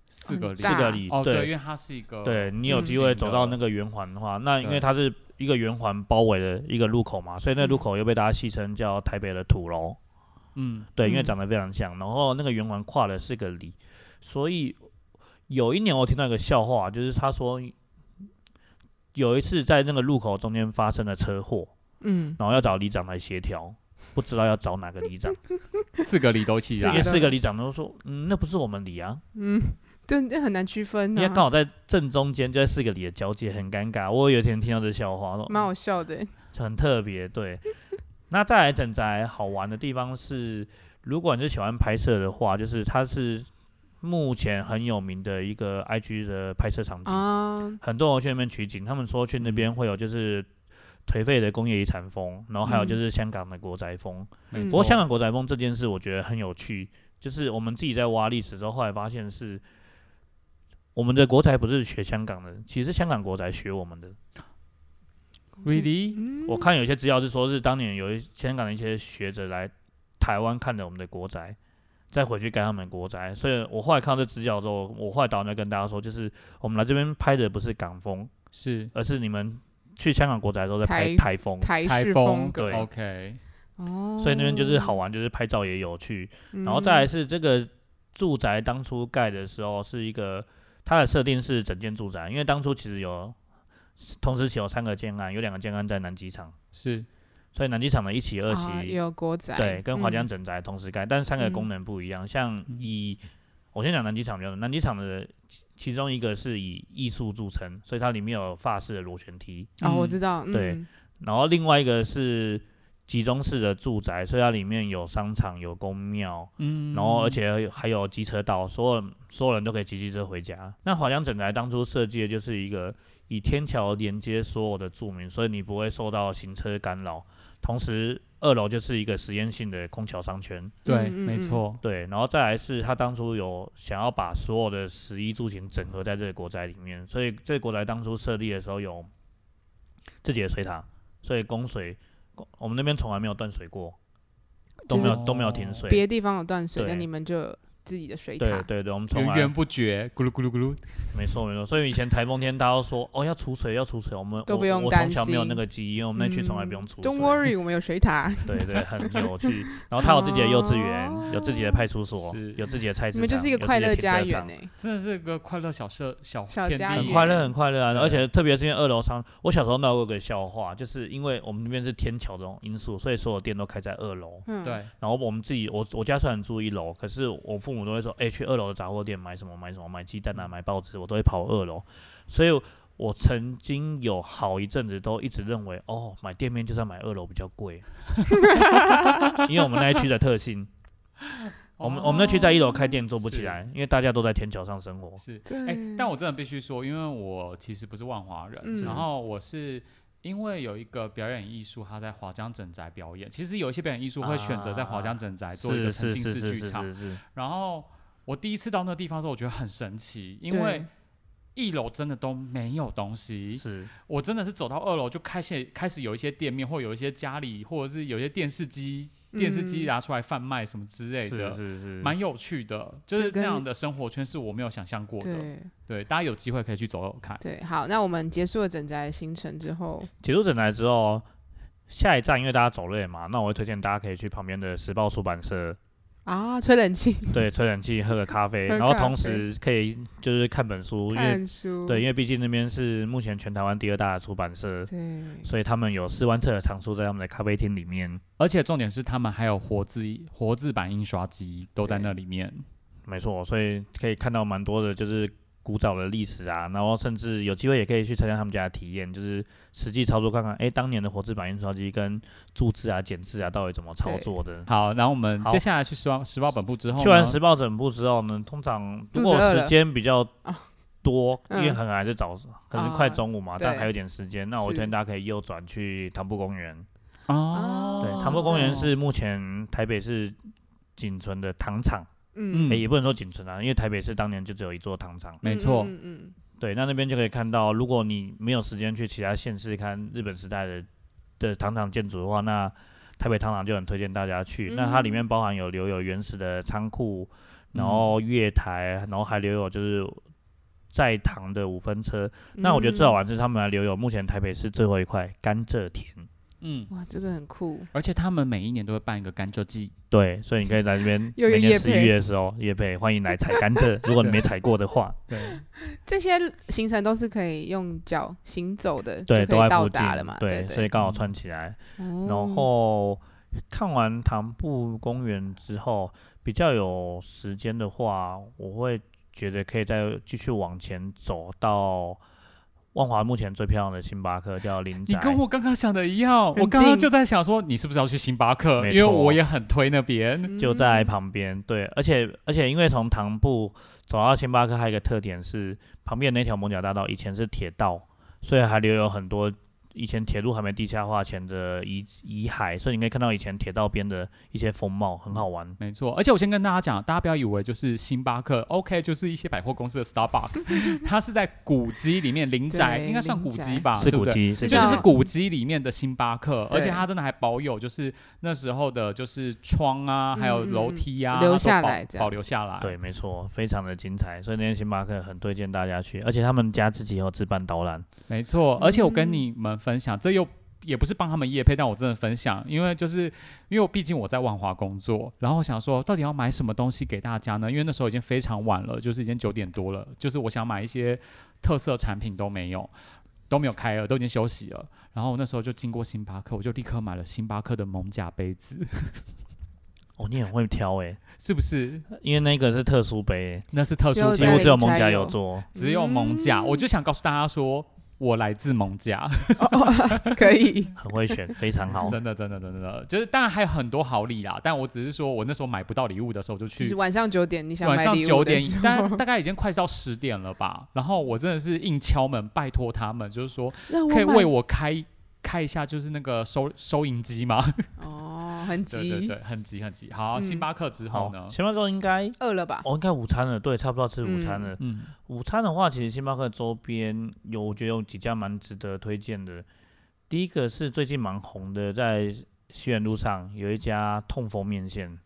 S1: 四个
S2: 很
S1: 里
S2: 大
S3: 四个里，
S1: 哦，对，因
S3: 对，
S1: 为它是一个
S3: 对你有
S2: 嗯
S3: 机会走到
S1: 嗯
S3: 那个圆环的话，那因
S1: 对
S3: 为它是一个圆环包围的一个路口嘛，所以那个
S2: 嗯
S3: 路口又被大家戏称叫台北的土楼。
S1: 嗯，
S3: 对，因为
S2: 嗯
S3: 长得非常像。然后那个圆环跨了四个里，所以有一年我听到一个笑话，就是他说有一次在那个路口中间发生了车祸，
S2: 嗯，
S3: 然后要找里长来协调，不知道要找哪个里 长，
S1: 四个里都起
S3: 因
S1: 来
S3: 为
S2: 个，
S3: 四个里长都说，嗯，那不是我们里啊，
S2: 嗯，对，这很难区分
S3: 因
S2: 啊，
S3: 为刚好在正中间，就在四个里的交界，很尴尬。我有一天听到这笑话，说
S2: 蛮好笑的欸。
S3: 很特别，对。嗯 那再来整宅好玩的地方是，如果你是喜欢拍摄的话，就是它是目前很有名的一个 IG 的拍摄场景，哦嗯
S2: 啊，
S3: 很多人去那边取景，他们说去那边会有就是颓废的工业遗产风，然后还有就是香港的国宅风。
S1: 没
S2: 嗯
S3: 不过
S1: 错
S3: 香港国宅风这件事，我觉得很有趣，就是我们自己在挖历史之后，后来发现是我们的国宅不是学香港的，其实是香港国宅学我们的。
S1: really
S2: 嗯
S3: 我看有些资料是说，是当年有一香港的一些学者来台湾看着我们的国宅，再回去盖他们的国宅。所以我后来看到这资料之后，我后来打算跟大家说，就是我们来这边拍的不是港风，
S1: 是
S3: 而是你们去香港国宅的时候在拍
S2: 台
S3: 台风。
S2: 台
S1: 台
S2: 式
S1: 风
S2: 格
S3: 对
S1: ，OK，
S2: 哦，
S3: 所以那边就是好玩，就是拍照也有趣。
S2: 嗯，
S3: 然后再来是这个住宅当初盖的时候是一个，它的设定是整间住宅，因为当初其实有同时有三个建案，有两个建案在南机场，
S1: 是
S3: 所以南机场的一期、二期、
S2: 啊也有国宅，
S3: 对，跟华江
S2: 嗯
S3: 整宅同时盖，但是三个功
S2: 嗯
S3: 能不一样。像以我先讲南机场比较，南机场的其其中一个是以艺术著称，所以它里面有法式的螺旋梯，
S2: 哦，我
S1: 嗯
S2: 知道，
S3: 对
S2: 嗯，
S3: 然后另外一个是集中式的住宅，所以它里面有商场、有公庙，
S1: 嗯，
S3: 然后而且还有机车道，所有所有人都可以骑机车回家。那华江整宅当初设计的就是一个以天桥连接所有的住民，所以你不会受到行车干扰，同时。二楼就是一个实验性的空桥商圈，
S1: 对，
S2: 嗯嗯
S1: 没
S2: 嗯
S1: 错，
S3: 对，然后再来是他当初有想要把所有的十一住行整合在这个国宅里面，所以这个国宅当初设立的时候有自己的水塔，所以供水，供我们那边从来没有断水过，都没有都没有停水。
S2: 别的地方有断水，
S3: 对
S2: 那你们就有自己的水塔
S3: 对，对对，我们从
S1: 源
S3: 来
S1: 源不绝，咕噜咕噜咕噜，
S3: 没错没错，所以以前台风天大家都说哦要储水要储水，我们
S2: 都
S3: 我
S2: 不用
S3: 我
S2: 担
S3: 从小没有那
S2: 心
S3: 个记忆，因为我们那区从来不用
S2: 嗯
S3: 储水。
S2: Don't worry，我们有水塔，
S3: 对对，很有趣。然后他有自己的幼稚园，有自己的派 出所
S1: 是，
S3: 有自己的菜市
S2: 你们
S3: 场，
S2: 就是一个
S3: 有自己
S2: 快
S3: 的
S2: 乐
S3: 停
S2: 家
S3: 车
S2: 园
S3: 场
S2: 哎，
S1: 真的是个快乐小社小
S2: 小
S1: 天
S2: 家
S1: 地
S3: 很
S2: 园
S3: 快乐，很快乐啊！
S1: 对
S3: 而且特别是因为二楼商，我小时候闹过个笑话，就是因为我们那边是天桥这种因素，所以所有店都开在二楼。
S2: 嗯，
S1: 对，
S3: 然后我们自己，我我家虽然住一楼，可是我父母都会说，哎、去二楼的杂货店买什么买什么，买鸡蛋啊，
S1: 嗯
S3: 买报纸，我都会跑二楼。所以我曾经有好一阵子都一直认为，哦，买 店面就是要买二楼比较贵，因为我们那一区的特性。我
S1: 哦
S3: 们我们那区在一楼开店做不起
S1: 是
S3: 来，因为大家都在天桥上生活。
S1: 是，
S2: 嗯对
S1: 哎、但我真的必须说，因为我其实不是万华人，
S2: 嗯
S1: 然后我是因为有一个表演艺术，他在华江整宅表演。其实有一些表演艺术会选择在华江整宅做一个
S3: 嗯是
S1: 沉浸
S3: 是是
S1: 式
S3: 是
S1: 剧
S3: 是
S1: 场。
S3: 是是，
S1: 然后我第一次到那个地方的时候，我觉得很神奇，因为一楼真的都没有东西。
S3: 是
S1: 我真的是走到二楼就开始开始有一些店面，或有一些家里，或者是有一些电视机，电视机啊
S2: 嗯
S1: 拿出来贩卖什么之类
S3: 是
S1: 的。
S3: 是是，
S1: 蛮有趣的，就是
S2: 就跟
S1: 那样的生活圈是我没有想象过的。
S2: 对
S1: 对，大家有机会可以去走走看。
S2: 嗯对，好，那我们结束了整宅行程之后，
S3: 结束整台之后，下一站因为大家走累嘛，那我会推荐大家可以去旁边的时报出版社，
S2: 啊，吹冷气、
S3: 对，吹冷气，喝个咖啡，
S2: 喝
S3: 然后
S2: 咖
S3: 同
S2: 啡
S3: 时可以就是看本书，因为
S2: 看书，
S3: 对，因为毕竟那边是目前全台湾第二大的出版社，
S2: 对嗯
S3: 所以他们有四万册的藏书在他们的咖啡厅里面。
S1: 而且重点是，他们还有活字活字版印刷机都在那里面。
S3: 没错，所以可以看到蛮多的，就是古早的历史啊，然后甚至有机会也可以去参加他们家的体验，就是实际操作看看，哎，当年的活字版印刷机跟注字啊、剪字啊，到底怎么操
S2: 对
S3: 作的。
S1: 好，然后我们
S3: 好
S1: 接下来去时报时报本部之后呢，
S3: 去完时报整部之后呢，通常
S2: 肚
S3: 如
S2: 子
S3: 果
S2: 饿
S3: 时
S2: 了
S3: 间比较
S2: 啊
S3: 多，因
S2: 嗯
S3: 为很还是早，可能
S2: 啊
S3: 快中午嘛，但
S2: 对
S3: 还有点时间，那我
S2: 是
S3: 推荐大家可以右转去唐步公园。
S1: 哦，
S3: 对，
S2: 他
S3: 唐
S2: 们
S3: 步公园
S2: 对
S3: 是目前台北市仅存的糖厂，
S2: 嗯，
S1: 嗯
S3: 诶，也不能说仅存啊，因为台北市当年就只有一座糖厂。
S1: 没错，
S2: 嗯嗯
S3: 对，那那边就可以看到，如果你没有时间去其他县市看日本时代的的糖厂建筑的话，那台北糖厂就很推荐大家去。那它里
S2: 嗯
S3: 面包含有留有原始的仓库，然后月台，然后还留有就是在糖的五分车。
S2: 嗯
S3: 那我觉得最好玩是他们还留有目前台北市最后一块甘蔗田。
S1: 嗯，
S2: 哇，这个很酷，。
S1: 而且他们每一年都会办一个甘蔗季，
S3: 对，所以你可以来这边
S2: 又有
S3: 每年
S2: 业
S3: 十
S2: 配
S3: 一月的时候，也配欢迎来采甘 蔗。如果你没采过的话，
S1: 对，
S2: 这些行程都是可以用脚行走的，
S3: 对，
S2: 就
S3: 都
S2: 可
S3: 在
S2: 以到
S3: 附近
S2: 达了嘛，对哦
S3: 所以
S2: 对，
S3: 刚
S1: 嗯
S3: 好串起来。
S2: 然
S3: 然后看完唐布公园之后，比较有时间的话，我会觉得可以再继续往前走到万华目前最漂亮的星巴克，叫林
S1: 你
S3: 宅。
S1: 跟我刚刚想的一样，
S2: 很
S1: 我刚刚
S2: 近
S1: 就在想说，你是不是要去星巴克？
S3: 没
S1: 因为
S3: 错
S1: 我也很推那边。
S3: 就在旁边，对，而且而且因为从唐布走到星巴克，还有一个特点是旁边那条蒙角大道以前是铁道，所以还留有很多以前铁路还没地下化前的遗遗骸，所以你可以看到以前铁道边的一些风貌，很好玩。
S1: 没错，而且我先跟大家讲，大家不要以为就是星巴克，OK，就是一些百货公司的 Starbucks，它是在古迹里面，林宅
S2: 对
S1: 应该算
S2: 林
S1: 古
S2: 宅
S1: 迹吧，啊
S3: 是
S1: 对不
S3: 古
S1: 对
S3: 迹，
S2: 这
S1: 这
S2: 叫
S1: 就是古迹里面的星巴克，而且
S2: 对
S1: 它真的还保有就是那时候的就是窗啊，还有
S2: 嗯嗯
S1: 楼梯啊，
S2: 嗯留
S1: 都
S2: 下
S1: 保
S2: 来这样
S1: 保留下来。
S3: 对，没错，非常的精彩，所以那天星巴克很推荐大家去，而且他们家自己也有自办导览，
S1: 没错。而且我跟
S2: 嗯
S1: 你们分享，这又也不是帮他们业配，但我真的分享，因为就是因为我毕竟我在万华工作，然后我想说到底要买什么东西给大家呢？因为那时候已经非常晚了，就是已经九点多了，就是我想买一些特色产品都没有。都没有开了，都已经休息了。然后我那时候就经过星巴克，我就立刻买了星巴克的蒙甲杯子，
S3: 哦，你很会挑诶、
S1: 是不是？
S3: 因为那个是特殊杯、
S1: 那是特
S2: 只
S1: 殊
S2: 有
S3: 几
S1: 节
S2: 在嗯
S3: 乎
S1: 目，
S3: 只有
S2: 林
S3: 蒙
S2: 家
S3: 家
S2: 有
S3: 有做，
S1: 只有蒙甲。我就想告诉大家说，我来自蒙甲，
S2: 嗯可以，
S3: 很会选，非常好。
S1: 真的，真的，真的真的，就是当然还有很多好礼啦，但我只是说我那时候买不到礼物的时候，就
S2: 就是
S1: 去
S2: 晚上九点你想
S1: 晚
S2: 买
S1: 上
S2: 礼物
S1: 九
S2: 的
S1: 点
S2: 时，
S1: 但
S2: 候
S1: 大概已经快到十点了吧。然后我真的是硬敲门，拜托他们，就是说
S2: 让我
S1: 可以
S2: 买
S1: 为我开开一下，就是那个收收银机吗？
S2: 哦，很
S1: 对对
S2: 急，
S1: 对，很急很急。好，
S2: 嗯
S1: 星巴克之后
S3: 好
S1: 呢，？
S3: 星巴克应该
S2: 饿了吧？
S3: 哦，应该午餐了，对，差不多要吃午餐
S2: 嗯
S3: 了。
S1: 嗯，
S3: 午餐的话，其实星巴克周边有，我觉得有几家蛮值得推荐的。第一个是最近蛮红的，在西园路上有一家痛风面线，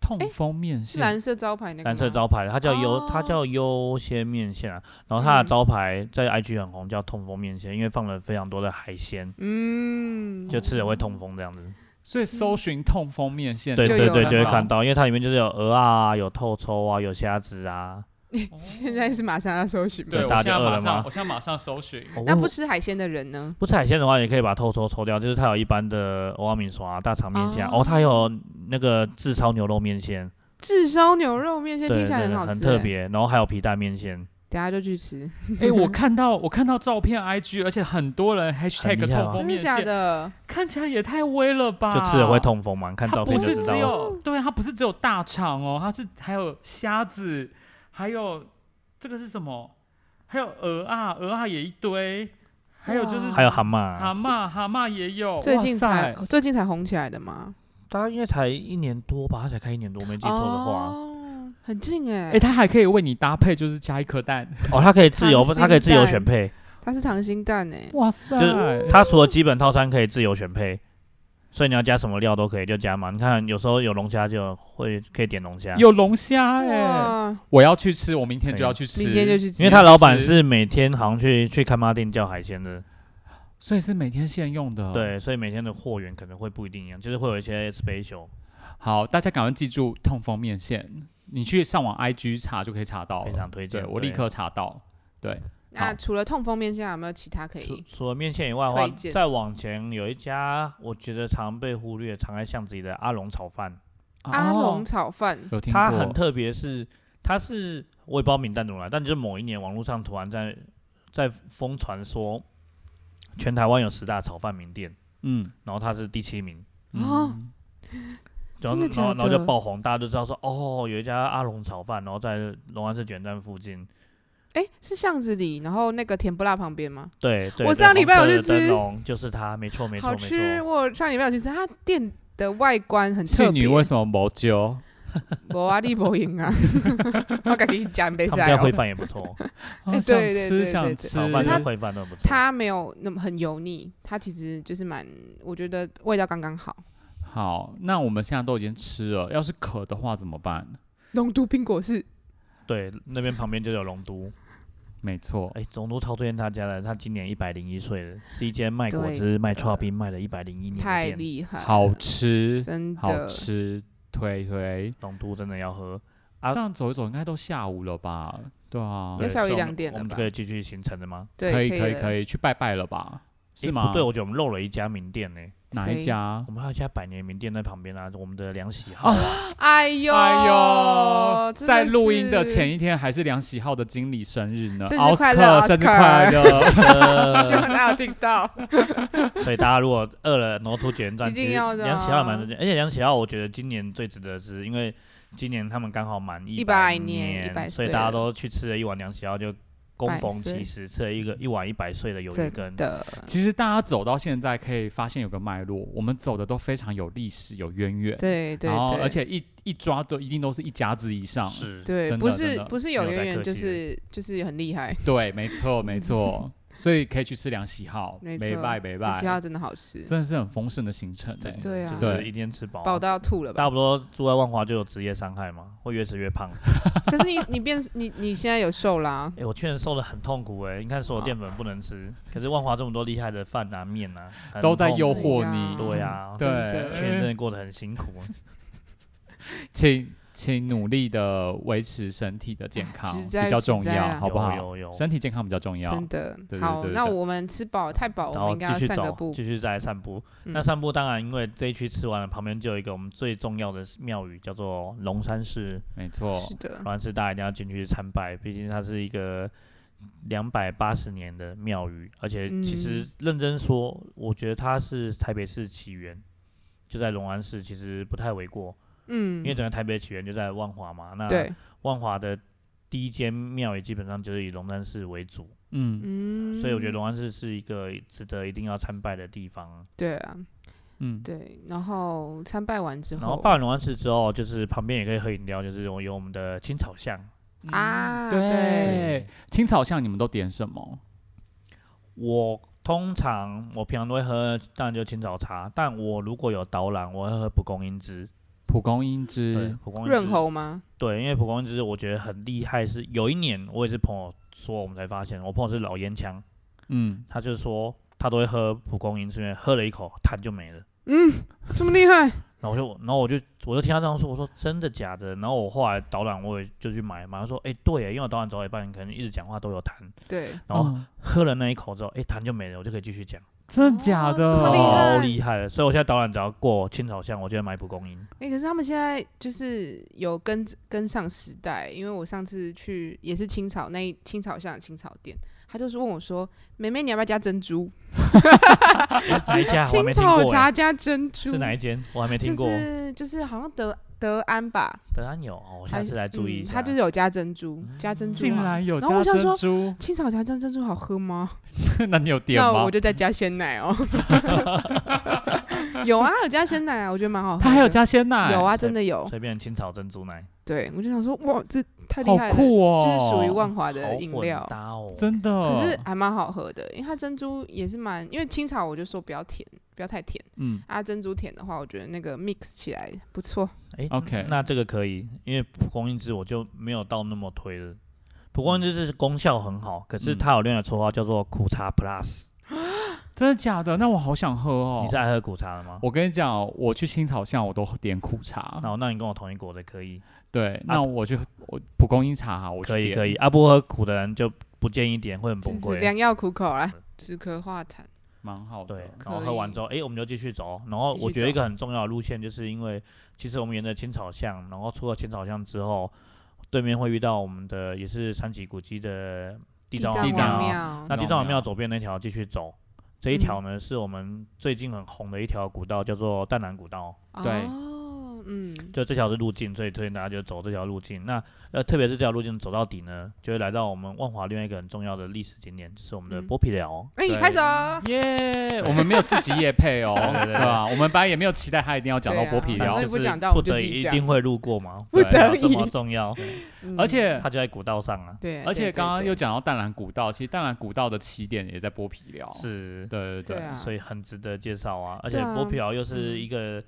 S1: 痛风面
S2: 是
S1: 线
S2: 蓝色招牌那个
S3: 蓝色
S2: 吗
S3: 招牌，它叫优，它
S2: 哦
S3: 叫优先面线啊。然后它
S2: 嗯
S3: 的招牌在 IG 很红，叫痛风面线，因为放了非常多的海鲜，
S2: 嗯，
S3: 就吃了会痛风这样子。
S1: 所以搜寻痛风面线，
S3: 对
S2: 就
S3: 对
S2: 有
S3: 对，
S2: 了
S3: 就会
S2: 吗
S3: 看到，因为它里面就是有鹅啊，有透抽啊，有虾子啊。
S2: 现在是马上要搜寻吗？
S1: 对，我
S3: 大
S1: 现
S3: 家
S1: 在
S3: 饿
S1: 马
S3: 了
S1: 上，
S3: 吗
S1: 我现在马上搜寻。
S3: 哦
S2: 那
S3: 我
S2: 不吃海鲜的人呢？
S3: 不吃海鲜的话，也可以把透抽抽掉，就是它有一般的欧阿米刷、啊、大肠面线啊，
S2: 哦
S3: 哦，它有那个炙烧牛肉面线，
S2: 炙烧牛肉面线
S3: 对
S2: 听
S3: 对
S2: 起来
S3: 对，
S2: 好吃、欸
S3: 很特。别，然后还有皮蛋面线，
S2: 等下就去吃，
S1: 哎、我看到我看到照片 IG，而且很多人 hashtag
S3: 很厉害
S1: 痛
S3: 啊
S1: 风
S2: 真
S1: 面
S2: 的假
S1: 线，
S2: 的？
S1: 看起来也太威了吧？
S3: 就吃了会痛风嘛，看
S1: 啊它
S3: 照
S1: 不
S3: 片就是知
S1: 只
S3: 道了。
S1: 有对，它不是只有大肠哦，它是还有虾子，还有这个是什么？还有鹅啊，鹅啊也一堆，还有就是
S2: 哇
S3: 还有蛤
S1: 蛤
S3: 蟆，啊
S1: 蟆，蛤蟆也有。
S2: 最近
S1: 哇
S2: 才哦
S1: 塞
S2: 最近才红起来的吗？
S3: 他应该才一年多吧，他才开一年多，没记错的话，
S2: 哦，很近哎、
S1: 哎，它还可以为你搭配，就是加一颗蛋。
S3: 哦，他可以自由
S2: 溏，心
S3: 他可以自由
S2: 蛋
S3: 选配，
S2: 它是溏心蛋哎、
S1: 哇塞
S3: 就是他除了基本套餐可以自由选配，所以你要加什么料都可以就加嘛。你看有时候有龙虾就会可以点龙虾，
S1: 有龙虾哎，
S2: 哇，
S1: 我要去吃，我明天就要去吃，
S2: 明天就去吃，
S3: 因为他老板是每天好像去去看妈店叫海鲜的，
S1: 所以是每天现用的。，哦
S3: 对，所以每天的货源可能会不一定一样，就是会有一些 special。
S1: 好，大家赶快记住痛风面线，你去上网 IG 查就可以查到了，
S3: 非常推荐
S1: 哦对我立
S3: 对
S1: 刻查到。对，
S2: 那
S1: 好
S2: 除了痛风面线，有没有其他可
S3: 除
S2: 以？
S3: 除了面线以外的话
S2: 推，荐
S3: 再往前有一家我觉得常被忽略、常在巷子里的阿龙炒饭，
S2: 阿龙
S1: 哦
S2: 炒饭，
S1: 有听过，
S3: 它很特别，是它是我也不知道名单怎么来，但就是某一年网络上突然在在疯传说，全台湾有十大炒饭名店，
S1: 嗯，
S3: 然后它是第七名，
S2: 哦
S1: 嗯
S3: 然后
S2: 真的
S3: 然后
S2: 假
S3: 然后就
S2: 的
S3: 爆红，大家都知道说哦，有一家阿龙炒饭，然后在龙安市卷站附近，
S2: 哎、是巷子里，然后那个甜不辣旁边吗？
S3: 对对，
S2: 我
S3: 对
S2: 上礼拜有
S3: 红色
S2: 去
S3: 的灯
S2: 吃
S3: 笼就是它，没错没错
S2: 好
S3: 没
S2: 吃，
S3: 错，
S2: 我上礼拜有去吃，它店的外观很特
S1: 信
S2: 别
S1: 女。为什么没救？
S2: 无啊，你无用啊， 我给你讲袂使
S3: 他们家烩
S2: 哦。
S3: 饭也 不错，
S1: 啊
S3: 哦
S2: 哎
S1: 想
S2: 对对
S1: 吃
S2: 对
S1: 想
S2: 对对
S1: 吃
S3: 炒，饭
S2: 它
S3: 跟烩饭都不错。
S2: 它没有那么很油腻，它其实就是蛮，我觉得味道刚刚好。
S1: 好，那我们现在都已经吃了，要是渴的话怎么办？
S2: 龙都冰果是
S3: 对那边旁边就有龙都，
S1: 没错，
S3: 哎，总督超推荐他家的，他今年一百零一岁了，是一间卖果
S2: 对
S3: 汁、卖刨冰卖了一百零一年
S2: 太
S3: 的店，
S2: 厉害了，
S1: 好吃，
S2: 哎真
S1: 好
S2: 的。
S1: 吃，推推。
S3: 龙都真的要喝。啊
S1: 这样走一走，应该都下午了吧？对啊，
S3: 对
S2: 要下午
S3: 所以
S2: 一
S3: 我
S2: 两
S3: 们
S2: 点
S3: 我
S2: 了
S3: 们
S2: 吧
S3: 就可以继续行程了吗？
S2: 对，
S1: 以可
S2: 以
S1: 以可
S2: 以。
S1: 以去拜拜了吧？
S3: 诶
S1: 是
S3: 哎不
S1: 吗？
S3: 对，我觉得我们漏了一家名店呢、
S1: 哪一
S2: 谁
S1: 家
S3: 我？们还有一家百年名店在旁边啊，我们的梁喜好
S1: 啊
S3: 啊，
S2: 哎呦
S1: 哎呦，
S2: 真
S1: 在录
S2: 是
S1: 音的前一天还是梁喜浩的经理生日呢，
S2: 生日
S1: 奥斯
S2: 快乐
S1: 克生日快乐！呃
S2: 希望大家有听 到。
S3: 所以大家如果饿了，然后出捷运站，
S2: 一定
S3: 其实
S2: 要的啊
S3: 梁喜好也蛮推荐，而且梁喜好我觉得今年最值得是，因为今年他们刚好满一
S2: 100
S3: 年，
S2: 年100
S3: 所
S2: 岁
S3: 以大家
S2: 了
S3: 都去吃了一碗梁喜好，就恭逢
S2: 100岁
S3: 其时，吃了一个一碗一百岁的鱿鱼
S2: 真
S3: 羹。
S2: 的，
S1: 其实大家走到现在可以发现有个脉络，我们走的都非常有历史、有渊源，
S2: 对对
S1: 然后
S2: 对，
S1: 而且一一抓都一定都是一家子以上，
S3: 是，
S2: 对，
S1: 真
S2: 不
S1: 的真
S2: 是
S1: 的
S2: 不是
S3: 没
S2: 有
S3: 有在
S2: 渊源，
S3: 客
S2: 就
S3: 气
S2: 是就是很厉害，
S1: 对，没错没 错，所以可以去吃梁喜好，
S2: 没
S1: 没
S2: 错
S1: 拜没
S2: 而且它
S1: 拜，
S2: 真的好吃，
S1: 真的是很丰盛的行程哎、
S2: 对啊
S3: 就是
S1: 对
S3: 一天吃饱啊，
S2: 饱到吐了吧
S3: 大？不多住在万华就有职业伤害嘛，会越吃越 胖。
S2: 可是你你变你你现在有瘦啦
S3: 哎、，我去年瘦的很痛苦哎、你看所有淀粉不能吃，
S2: 啊
S3: 可是万华这么多厉害的饭啊、面啊，很
S1: 都在
S3: 痛苦
S1: 诱惑
S2: 哎
S1: 你，
S2: 呀
S3: 对啊，
S1: 对
S2: 真的
S3: 去年真的过得很辛苦。啊
S1: 请请努力的维持身体的健康
S2: 只在
S1: 比较重
S2: 只在
S1: 要，
S2: 啦
S1: 好不好？
S3: 有有有
S1: 身体健康比较重要
S2: 真。的
S1: 对对。
S2: 好，
S1: 对对
S2: 那
S1: 对
S2: 我们吃饱太哦饱，我
S3: 然
S2: 们
S3: 后
S2: 应该要
S3: 继续
S2: 散个
S3: 走，
S2: 步。
S3: 继续再来散步。
S2: 嗯
S3: 那散步当然，因为这一区吃完了，旁边就有一个我们最重要的庙宇，叫做龙山寺。
S1: 没错
S2: 是，的
S3: 龙，山寺大家一定要进去参拜，毕竟它是一个两百八十年的庙宇，而且其实
S2: 嗯
S3: 认真说，我觉得它是台北市起源，就在龙安市，其实不太为过，
S2: 嗯
S3: 因为整个啊台北起源就在万华嘛。那
S2: 对，
S3: 万华的第一间庙也基本上就是以龙山寺为主，
S1: 嗯
S2: 嗯，
S3: 所以我觉得龙安寺是一个值得一定要参拜的地方。
S2: 对啊，
S1: 嗯，
S2: 对，然后参拜完之
S3: 然后
S2: 后
S3: 拜完龙安寺之后，就是旁边也可以喝饮料，就是我有我们的青草巷。
S2: 啊，
S1: 嗯对，青草巷你们都点什么？
S3: 我通常我平常都会喝，当然就青草茶。但我如果有导览，我会喝蒲公英汁。
S1: 蒲公英
S3: 对
S1: 汁，，
S3: 蒲公英
S2: 润
S3: 汁。
S2: 喉吗？
S3: 对，因为蒲公英汁我觉得很厉害是，有一年我也是朋友说，我们才发现，我朋友是老烟枪，
S1: 嗯，
S3: 他就说他都会喝蒲公英汁，因为喝了一口痰就没了。
S2: 嗯，这么厉 害，
S3: 然后我就，然后我就，我就听他这样说，我说真的假的？然后我后来导览我也就去买，马上说，哎、对耶，因为我导览走到一半，可能一直讲话都有痰，
S2: 对，
S3: 然后
S1: 哦
S3: 喝了那一口之后，哎、痰就没了，我就可以继续讲。
S1: 真的假
S2: 这哦么厉害
S1: 的？
S3: 超厉害的，所以我现在导览只要过青草巷，我就会买蒲公英。
S2: 哎、可是他们现在就是有跟跟上时代，因为我上次去也是青草那一青草巷的青草店，他就是问我说：“妹妹，你要不要加珍珠？
S3: 哪一家
S2: 啊
S3: 我还
S2: 青
S3: 没听
S2: 草
S3: 过
S2: 茶
S3: 欸？
S2: 加珍珠
S3: 是哪一间？我还没听
S2: 就
S3: 过。
S2: 是就是好像德德安吧，
S3: 德安有哦，我下次来注意一
S2: 嗯
S3: 下。嗯
S2: 他就是有加珍珠，加珍珠
S1: 竟
S2: 啊。
S1: 然有
S2: 然后
S1: 加
S2: 我想
S1: 珍
S2: 说
S1: 珠，
S2: 青草茶加珍珠好喝吗？
S1: 那你有点
S2: 那
S1: 吗
S2: 我？就再加鲜奶 哦。有啊，有加鲜奶啊，我觉得蛮好喝的。
S1: 他还有加鲜奶，
S2: 有啊，真的有。
S3: 所以变成青草珍珠奶，
S2: 对，我就想说，哇，这太
S1: 好
S2: 厉害了，
S1: 酷哦，
S2: 就是属于万华
S3: 好
S2: 的饮
S3: 混
S2: 料，
S3: 搭哦。
S1: 真的。
S2: 可是还蛮好喝的，因为它珍珠也是蛮，因为青草我就说不要甜，不要太甜
S1: 嗯，
S2: 啊，珍珠甜的话，我觉得那个 mix 起来不错。
S3: 哎
S1: OK
S3: 那这个可以，因为蒲公英汁我就没有到那么推了。蒲公英汁是功效很好，可
S1: 嗯
S3: 是它有另外的绰号叫做苦茶 Plus。
S1: 真的假的？那我好想喝哦
S3: 你是。爱喝苦茶的吗？
S1: 我跟你讲，我去青草巷我都点苦茶，
S3: 那那你跟我同一国的可以，
S1: 对，那我去我蒲公英茶，我去
S3: 可以
S1: 点
S3: 可以。啊，不喝苦的人就不建议点，会很崩
S2: 就是
S3: 溃。
S2: 良药苦口啦，止咳化痰。
S1: 蛮好的。
S3: 对，然后喝完之后，哎、我们就继续走。然后
S2: 继续
S3: 我觉得一
S2: 走
S3: 个很重要的路线，就是因为其实我们沿着青草巷，然后出了青草巷之后，对面会遇到我们的也是三级古迹的地藏
S1: 地啊藏
S3: 王
S1: 王
S3: 庙。
S2: 庙
S3: 那地
S1: 庙
S3: 藏王庙左边那条继续走，这一条呢、是我们最近很红的一条古道，叫做淡南古道。
S1: 对
S2: 哦，嗯，
S3: 就这条是路径，所以推荐大家就走这条路径。那呃，特别是这条路径走到底呢，就会来到我们万华另外一个很重要的历史景点，就是我们的
S2: 嗯
S3: 剥皮寮。
S2: 哎，
S1: 对
S2: 拍手。
S1: 耶我们没有自己夜配哦，
S3: 对对对
S1: 对吧？我们班也没有期待他一定要讲到
S2: 对啊
S1: 剥皮
S2: 反
S1: 寮
S2: 正，
S3: 就
S2: 不
S3: 是
S2: 讲到我
S3: 不
S2: 们就
S3: 得
S2: 自己
S3: 已一
S2: 讲
S3: 定会路过嘛，
S2: 不
S3: 对
S2: 得
S3: 这么
S2: 已
S3: 重要，
S2: 嗯
S1: 而且
S3: 它就在古道上啊。
S2: 对，
S1: 而且
S2: 对
S1: 刚刚
S2: 对
S1: 又讲到淡蓝古道，其实淡蓝古道的起点也在剥皮寮，，
S3: 是，
S1: 对对
S2: 哦对啊
S3: 所以很值得介绍啊。而且
S2: 对啊
S3: 波皮寮又是
S2: 嗯
S3: 一个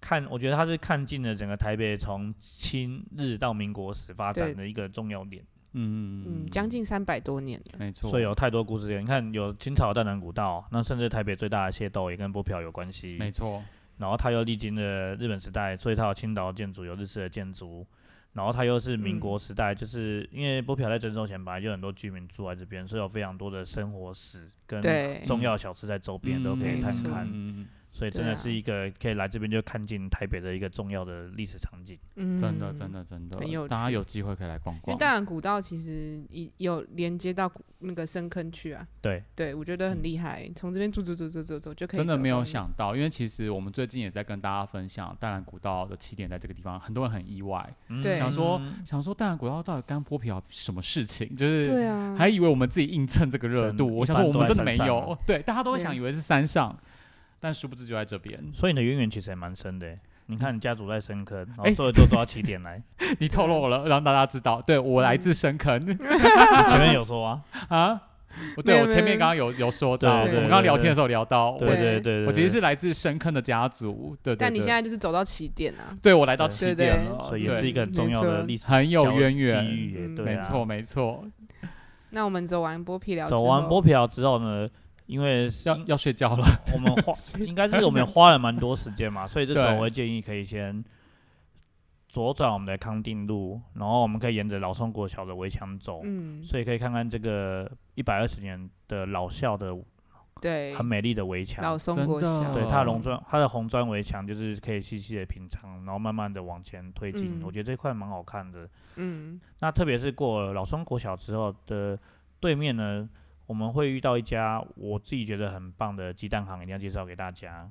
S3: 看，我觉得它是看尽了整个台北从清日到民国时发展
S2: 对
S3: 的一个重要点，
S1: 嗯
S2: 嗯，将近三百多年了，
S1: 没错，
S3: 所以有太多故事点。你看，有清朝的淡南古道，那甚至台北最大的械斗也跟波皮寮有关系。
S1: 没错，
S3: 然后它又历经了日本时代，所以它有青岛建筑，有日式的建筑。然后它又是民国时
S2: 嗯
S3: 代，就是因为波皮寮在征收前本来就很多居民住在这边，所以有非常多的生活史跟
S2: 对，
S3: 重要小吃在周边都可以
S2: 没
S3: 探
S2: 错
S3: 看。
S1: 嗯
S3: 所以真
S2: 对
S3: 的
S2: 啊
S3: 是一个可以来这边就看尽台北的一个重要的历史场景。
S2: 嗯
S1: 真的真。的真的，
S2: 很有
S1: 大家
S2: 趣
S1: 有机会可以来逛
S2: 因
S1: 逛
S2: 为。淡然古道其实已有连接到古那个深坑去啊，
S3: 对，
S2: 对我觉得很厉害，从这边走走走走走走就可
S1: 嗯
S2: 以。
S1: 真的没有，想到，因为其实我们最近也在跟大家分享淡蓝古道的起点在这个地方，很多人很意外，
S3: 嗯
S2: 对
S1: 想说想说淡蓝古道到底干剥皮寮什么事情，就是
S2: 对啊，
S1: 还以为我们自己硬蹭这个热
S3: 真
S1: 度，
S3: 的
S1: 我
S3: 一
S1: 想
S3: 般
S1: 说我
S3: 都
S1: 们
S3: 在
S1: 真的没
S3: 山上
S1: 有
S3: 啊，
S1: 对，大家都会
S2: 对
S1: 想以为是山上，但殊不知就在这 边。
S3: 所以你的渊源其实也蛮深的欸。你看你家族在深坑，然后
S1: 哎
S3: 做一做做到起点 来，
S1: 你透露了，让大家知道，对我来
S2: 嗯
S1: 自深坑
S3: 前面有说啊，
S1: 啊。我
S2: 没
S1: 对
S2: 有
S1: 我前
S2: 没
S1: 面
S2: 有
S1: 刚刚有有说到，我
S2: 对对
S1: 们
S2: 对
S1: 刚刚聊天的时候聊到，
S3: 对
S1: 我
S3: 对对对，
S1: 我其实
S3: 对
S1: 是来自深坑的家族，对对对。
S2: 但你现在就是走到起点啊，
S1: 对我来到
S3: 对
S1: 起
S2: 对对
S1: 点了，啊
S3: 所以
S1: 对
S3: 也是一个很重要的
S2: 没错
S3: 历史
S1: 很有
S3: 交
S1: 渊
S3: 机
S1: 源，
S3: 遇耶，
S2: 嗯
S3: 对啊，
S1: 没错没错。
S2: 那我们走完剥皮寮之后，
S3: 走完剥皮寮之后呢，因为
S1: 要
S3: 因
S1: 要睡觉了，
S3: 我们 花应该是我们也花了蛮多时间嘛，所以这时候
S1: 对
S3: 我会建议可以先左转我们的康定路，然后我们可以沿着老松国小的围墙走，
S2: 嗯，
S3: 所以可以看看这个一百二十年的老校的
S2: 对，
S3: 很美丽的围
S2: 老
S3: 墙。
S2: 松国
S1: 真的
S2: 小，
S3: 对它的红
S1: 龙
S3: 砖，它的红砖围墙就是可以细细的品尝，然后慢慢的往前推进。
S2: 嗯
S3: 我觉得这块蛮好看的。
S2: 嗯，
S3: 那特别是过了老松国小之后的对面呢，我们会遇到一家我自己觉得很棒的鸡蛋行，一定要介绍给大家。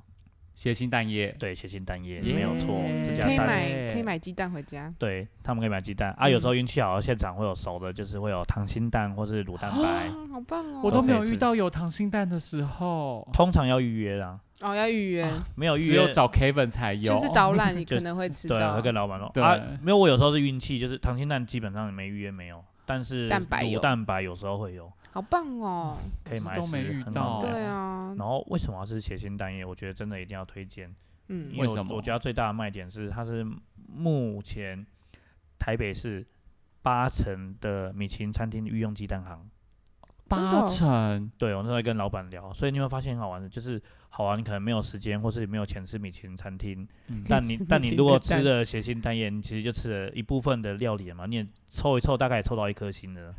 S1: 谐星蛋液，
S3: 对，写信蛋液
S1: 耶
S3: 没有错，这家
S2: 可以
S3: 蛋
S2: 买可以买鸡蛋回家，
S3: 对他们可以买鸡蛋啊，
S1: 嗯
S3: 有时候运气好，现场会有熟的，就是会有溏心蛋或是卤蛋白，
S2: 啊，好棒哦，
S1: 我都没有
S3: 可以
S1: 遇
S3: 吃
S1: 到有溏心蛋的时候，
S3: 通常要预约啦，
S2: 哦要预约，
S3: 没哦有预
S1: 只
S3: 约
S1: 有找 Kevin 才有，
S2: 就是导览你
S3: 就
S2: 可能会吃
S3: 对，
S2: 到
S3: 会，跟老板说
S1: 对
S3: 啊，没有，我有时候是运气，就是溏心蛋基本上没预约没有，但是
S2: 蛋白
S3: 卤
S2: 有
S3: 蛋白有时候会有，
S2: 好棒哦，
S3: 可以
S1: 这
S3: 买
S1: 都
S3: 吃
S1: 没遇
S3: 很好
S1: 到欸
S3: 买
S2: 对啊，
S3: 然后为什么要是写信蛋液？我觉得真的一定要推荐，
S2: 嗯
S3: 因
S1: 为
S3: 为
S1: 什
S3: 我
S1: 么
S3: 我觉得它最大的卖点是它是目前台北市八成的米其林餐厅御用鸡蛋行。
S2: 真的
S1: 八
S2: 哦
S1: 成，
S3: 对，我那时候在跟老板聊，所以你会发现很好玩的，就是好玩，你可能没有时间，或是没有钱吃米其林餐厅，
S1: 嗯
S3: 但你但你如果吃
S2: 了，
S3: 了谐星单眼，你其实就吃了一部分的料理嘛，你也凑一凑，大概也凑到一颗星了。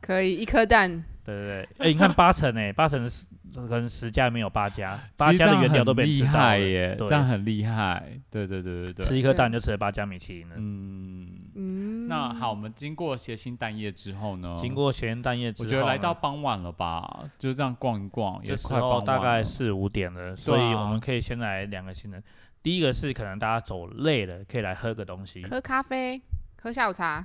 S2: 可以一颗蛋
S3: 对对对，哎、你看八成哎、八成十可能十家里面有八家，八
S1: 其实这
S3: 家的
S1: 样
S3: 原料
S1: 很
S3: 都被你
S1: 厉
S3: 吃到
S1: 害
S3: 了，
S1: 耶，
S3: 对
S1: 这样很厉害。对对对对对，
S3: 吃一颗蛋就吃了八家米其林了。
S1: 嗯。
S2: 嗯，
S1: 那好，我们经过谐星蛋夜之后呢？
S3: 经过咸蛋液之
S1: 我
S3: 后呢，
S1: 觉得来到傍晚了吧，就这样逛一逛，也
S3: 这时
S1: 快傍
S3: 候
S1: 晚
S3: 大概
S1: 了
S3: 四五点了，所以
S1: 对啊
S3: 我们可以先来两个新人。第一个是可能大家走累了，可以来喝个东西，
S2: 喝咖啡，喝下午茶，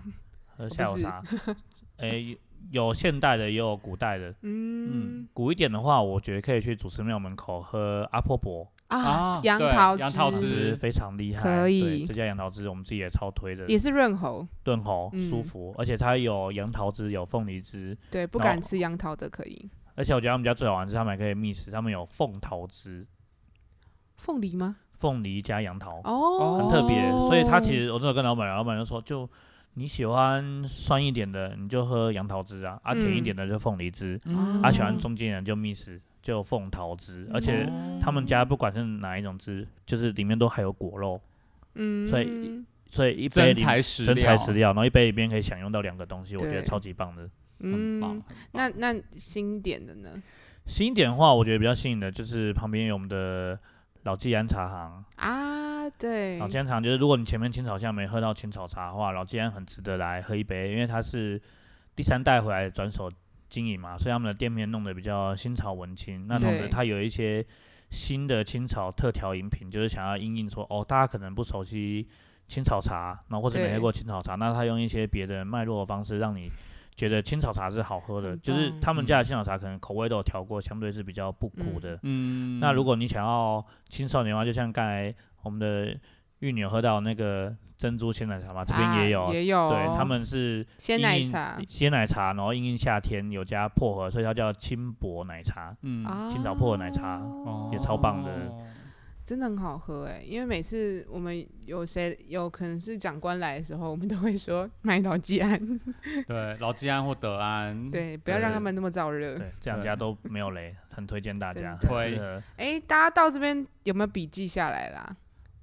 S3: 喝下午茶。 诶、有现代的，也有古代的。
S2: 嗯
S3: 古一点的话，我觉得可以去祖师庙门口喝阿婆婆，
S1: 啊
S2: 啊，
S1: 对
S2: 杨
S1: 杨桃
S2: 桃
S1: 汁
S3: 汁
S1: 是
S3: 非常厉害。
S2: 可
S3: 对
S2: 以
S3: 这家杨桃汁我们自己也超推的，
S2: 也是润喉，
S3: 炖喉
S2: 嗯
S3: 舒服，而且它有杨桃汁，有凤梨汁，
S2: 对，不
S3: 然后
S2: 敢吃杨桃的可以。
S3: 而且我觉得他们家最好玩的是他们还可以 mix，他们有凤桃汁，
S2: 凤梨吗？
S3: 凤梨加杨桃。
S2: 哦，
S3: 很特别，所以他其
S2: 哦
S3: 实我真的跟老板，老板就说，就你喜欢酸一点的，你就喝杨桃汁啊，啊甜一
S2: 嗯
S3: 点的就凤梨汁，
S1: 嗯
S3: 啊喜欢中间的就 miss 就凤桃汁，而且
S2: 嗯
S3: 他们家不管是哪一种汁，就是里面都还有果肉，
S2: 嗯，
S3: 所以所以一杯
S1: 真
S3: 里
S1: 材实料，
S3: 真材实料，然后一杯里面可以享用到两个东西，我觉得
S2: 对
S3: 超级棒的。
S1: 很棒。
S2: 嗯
S1: 很，
S2: 那
S1: 棒
S2: 那新点的呢？
S3: 新一点的话，我觉得比较吸引的就是旁边有我们的老纪安茶行，
S2: 啊，对，
S3: 老煎茶就是，如果你前面青草巷没喝到青草茶的话，老煎很值得来喝一杯，因为它是第三代回来转手经营嘛，所以他们的店面弄得比较新潮文青。那同时
S2: 对
S3: 它有一些新的青草特调饮品，就是想要因应说，哦，大家可能不熟悉青草茶，然后或者没
S2: 对
S3: 喝过青草茶，那他用一些别的脉络的方式让你。觉得青草茶是好喝的，
S2: 很
S3: 就是
S2: 棒
S3: 他们家的青草茶可能口味都有调过，相对是比较不苦
S2: 嗯
S3: 的。
S1: 嗯，
S3: 那如果你想要青少年的话，就像刚才我们的玉女有喝到那个珍珠鲜奶茶嘛，这边
S2: 啊
S3: 也有。
S2: 也有，
S3: 对，他们是
S2: 鲜
S3: 因
S2: 奶
S3: 应
S2: 茶
S3: 鲜奶茶，然后因应夏天有加薄荷，所以它叫轻薄奶茶。
S1: 嗯
S2: 啊哦
S3: 青岛破的奶茶也超棒的
S1: 哦
S2: 真的很好喝哎、因为每次我们有谁有可能是长官来的时候，我们都会说买老吉安，
S1: 对，老吉安或德安，，
S2: 对，不要让他们那么燥热。
S3: 对，这两家都没有雷，很推荐大家。
S2: 真
S1: 的
S3: 很
S1: 推
S3: 适合
S2: 哎、大家到这边有没有笔记下来啦？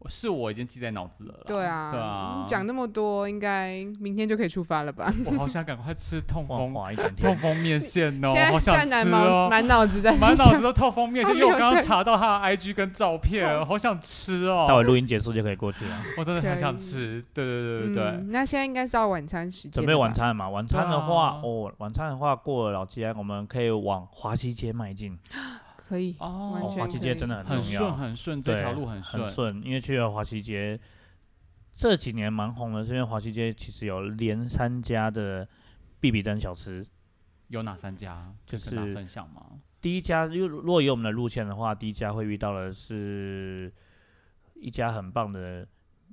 S1: 是我已经记在脑子了啦。
S2: 对啊，
S1: 对啊，
S2: 讲那么多，应该明天就可以出发了吧？
S1: 我好想赶快吃痛
S3: 晃
S1: 风
S3: 晃一整
S1: 痛
S3: 天。
S1: 风面线哦，
S2: 现在
S1: 好
S2: 现
S1: 想
S2: 在
S1: 吃
S2: 满
S1: 哦，
S2: 满脑子在
S1: 满脑
S2: 想
S1: 子都透风面线，
S2: 他
S1: 因
S2: 哦没
S1: 为我
S2: 有哦
S1: 刚刚
S2: 在
S1: 查到他的 IG 跟照片了，好想吃
S3: 待会
S1: 哦，
S3: 录音结束就可以过去了。
S1: 我真的很想
S2: 可以
S1: 吃。对对对对对
S2: 嗯，那现在应该是要晚餐时间，
S3: 准备晚。餐了嘛？晚餐的话，
S1: 对啊
S3: 哦，晚餐的话过了老吉安，我们可以往华西街迈进。
S2: 可以，
S1: 哦
S2: 完
S3: 哦，
S2: 全
S3: 华西街
S2: 可以
S3: 真的很重
S1: 很
S3: 要
S1: 顺。很顺，
S3: 对
S1: 这条路很顺
S3: 很。顺，因为去了华西街这几年蛮红的，是因为华西街其实有连三家的必比登小吃。
S1: 有哪三家？
S3: 就
S1: 可以跟大家
S3: 是
S1: 分享吗？
S3: 第一家，因为如果以我们的路线的话，第一家会遇到的是一家很棒的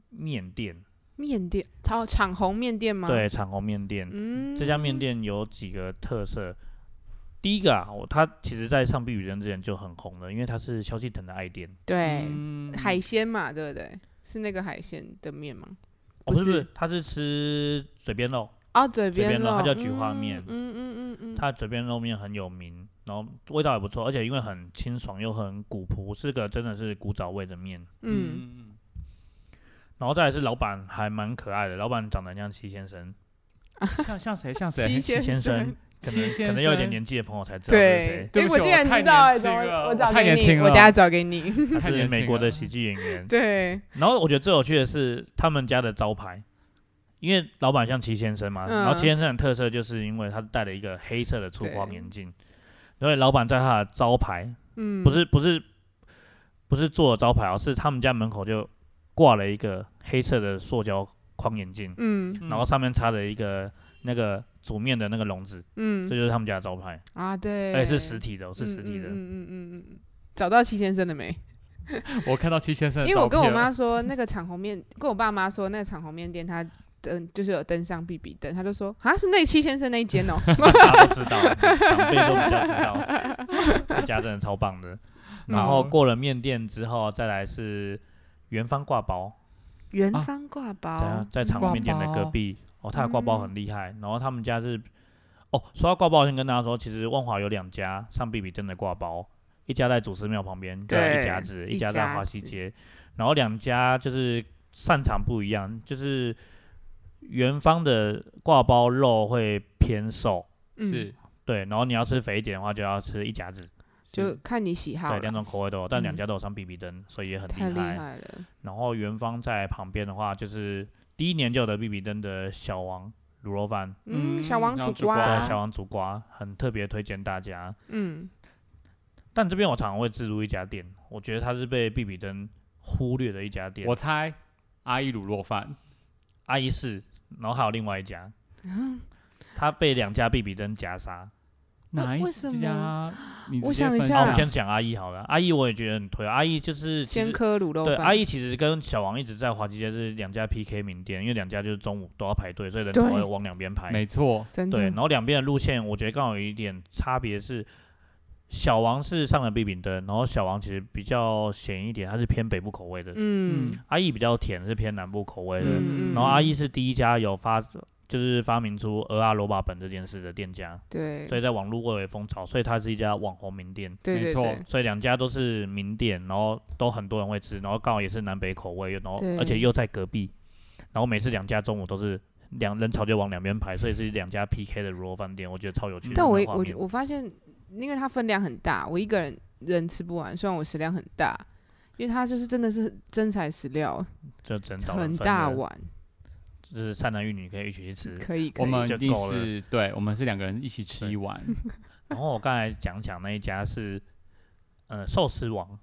S3: 面店，
S2: 面店，超长虹面店吗？，
S3: 对，长虹面店。
S2: 嗯，
S3: 这家面店有几个特色。第一个啊，我它其实在上必比登之前就很红了，因为它是萧敬腾的爱店。
S2: 对、
S1: 嗯
S2: 海鲜嘛，对不对？是那个海鲜的面吗？
S3: 哦，
S2: 不
S3: 不是不
S2: 是
S3: 是，它是吃嘴边肉，
S2: 哦，嘴
S3: 边
S2: 边
S3: 肉它叫
S2: 嗯
S3: 菊花面
S2: 嗯嗯嗯嗯，
S3: 它嘴边肉面很有名，然后味道也不错，而且因为很清爽又很古朴，是个真的是古早味的面。
S2: 嗯，
S1: 嗯
S3: 然后再来是老板还蛮可爱的，老板长得很像戚先生，
S1: 嗯，像像谁像
S2: 七
S1: 谁？
S2: 先
S3: 戚先生
S2: 生
S3: 可
S1: 戚
S3: 能
S1: 先
S3: 可能有一点
S1: 生
S3: 年纪的朋友才知道这是
S2: 对
S3: 谁，，
S1: 对
S2: 哎
S1: 不
S2: 我
S1: 起
S2: 竟
S1: 我
S2: 然
S1: 太
S2: 知道
S1: 年
S2: 哎，怎
S1: 轻
S2: 么
S1: 了
S2: 我
S1: 我
S2: 找
S1: 太
S2: 给
S1: 年
S2: 你，
S1: 轻
S2: 我等
S1: 了
S2: 下找给你。
S1: 他
S3: 他
S1: 太
S3: 是
S1: 年
S3: 美
S1: 轻
S3: 国的
S1: 了
S3: 喜剧演员。
S2: 对，
S3: 然后我觉得最有趣的是他们家的招牌，因为老板像齐先生嘛，然后
S2: 嗯
S3: 齐先生的特色就是因为他戴了一个黑色的粗框
S2: 对
S3: 眼镜，所以老板在他的招牌
S2: 嗯，
S3: 不是不是不是做的招牌哦，是他们家门口就挂了一个黑色的塑胶框眼镜，
S2: 嗯，
S1: 嗯
S3: 然后上面插着一个那个煮面的那个笼子，
S2: 嗯
S3: 这
S2: 嗯
S3: 就是他们家的招牌，
S2: 啊，对，
S3: 而且是实体的哦，是
S2: 嗯
S3: 实体
S2: 嗯
S3: 的。
S2: 嗯嗯嗯嗯，找到戚先生了没？
S1: 我看到戚先生的
S2: 因为我
S1: 照
S2: 跟我
S1: 片
S2: 妈
S1: 了，
S2: 说，那个长虹面，跟我爸妈说，那个长虹面店它登就是有登上必比登，他就说啊，是那戚先生那一 间哦。
S3: 大家都知道，长辈都比较知道， 这家真的超棒的。然后
S1: 嗯
S3: 过了面店之后，再来是元芳挂包，
S2: 元
S1: 啊
S2: 芳挂
S3: 在
S2: 包，
S3: 在长虹面店的隔壁哦，他的挂包
S2: 嗯
S3: 很厉害。然后他们家是哦，说到挂包，我先跟大家说，其实万华有两家上必比登的挂包，一家在祖师庙旁边，在
S2: 对
S3: 一甲子，
S2: 一
S3: 一家在
S2: 甲
S3: 华西
S2: 子
S3: 街，然后两家就是擅长不一样，就是元芳的挂包肉会偏瘦。
S2: 嗯
S1: 是
S3: 对，然后你要吃肥一点的话，就要吃一甲子，
S2: 就看你喜好
S3: 对，两
S2: 啦，
S3: 种口味都有，但两
S2: 嗯
S3: 家都有上 BB 灯，所以也很
S2: 太
S3: 厉
S2: 厉
S3: 害。
S2: 害了。
S3: 然后元芳在旁边的话，就是第一年就有的 BB 灯的小王卤肉饭，
S1: 嗯
S2: 嗯，小王
S1: 要
S2: 煮
S1: 煮瓜
S3: 对，
S1: 啊
S3: 小王煮瓜，很特别推荐大家。
S2: 嗯，
S3: 但这边我常常会自入一家店，我觉得它是被 BB 灯忽略的一家店
S1: 我。猜阿姨卤肉饭，
S3: 阿姨是，然后还有另外 一家，它被两家 BB 灯夹杀。
S2: 为
S1: 哪一
S2: 为什么
S1: 家？你直
S2: 我
S1: 接
S2: 想一
S1: 分
S2: 下
S3: 好，我
S1: 享
S3: 们先讲阿姨好了。阿姨我也觉得很推，阿姨就是其
S2: 啊先
S3: 实
S2: 科卤肉
S3: 对
S2: 饭，
S3: 阿姨其实跟小王一直在华西街是两家 PK 名店，因为两家就是中午都要排队，所以人才
S2: 对
S3: 会往两边排。
S1: 没错，
S2: 真
S3: 对，
S2: 的
S3: 然后两边的路线我觉得刚好有一点差别是，小王是上了必饼灯，然后小王其实比较咸一点，它是偏北部口味的；
S2: 嗯
S3: 阿姨比较甜，是偏南部口味的。
S2: 嗯，
S3: 然后阿
S2: 姨
S3: 姨是第一家有发，就是发明出鹅啊罗把本这件事的店家，
S2: 对
S3: 所以在网络蔚为风潮，所以它是一家网红名店。
S2: 对
S1: 没
S2: 对
S1: 错
S2: 对，
S3: 所以两家都是名店，然后都很多人会吃，然后刚好也是南北口味，然后
S2: 对
S3: 而且又在隔壁，然后每次两家中午都是两人潮就往两边排，所以是两家 PK 的卤肉饭店，我觉得超有趣的那
S2: 嗯但
S3: 个
S2: 我一
S3: 画面。
S2: 我我发现，因为它分量很大，我一个人人吃不完。虽然我食量很大，因为它就是真的是真材实料，
S3: 就真找人
S2: 很
S3: 分
S2: 大
S3: 了
S2: 碗，
S3: 就是善男玉女可以一起去吃。
S2: 可以可
S1: 我
S2: 以。
S1: 们
S3: 就
S1: 一定
S3: 够了
S1: 是对，我们是两个人一起吃
S3: 对
S1: 一碗。
S3: 然后我刚才讲讲那一家是，呃，寿司王，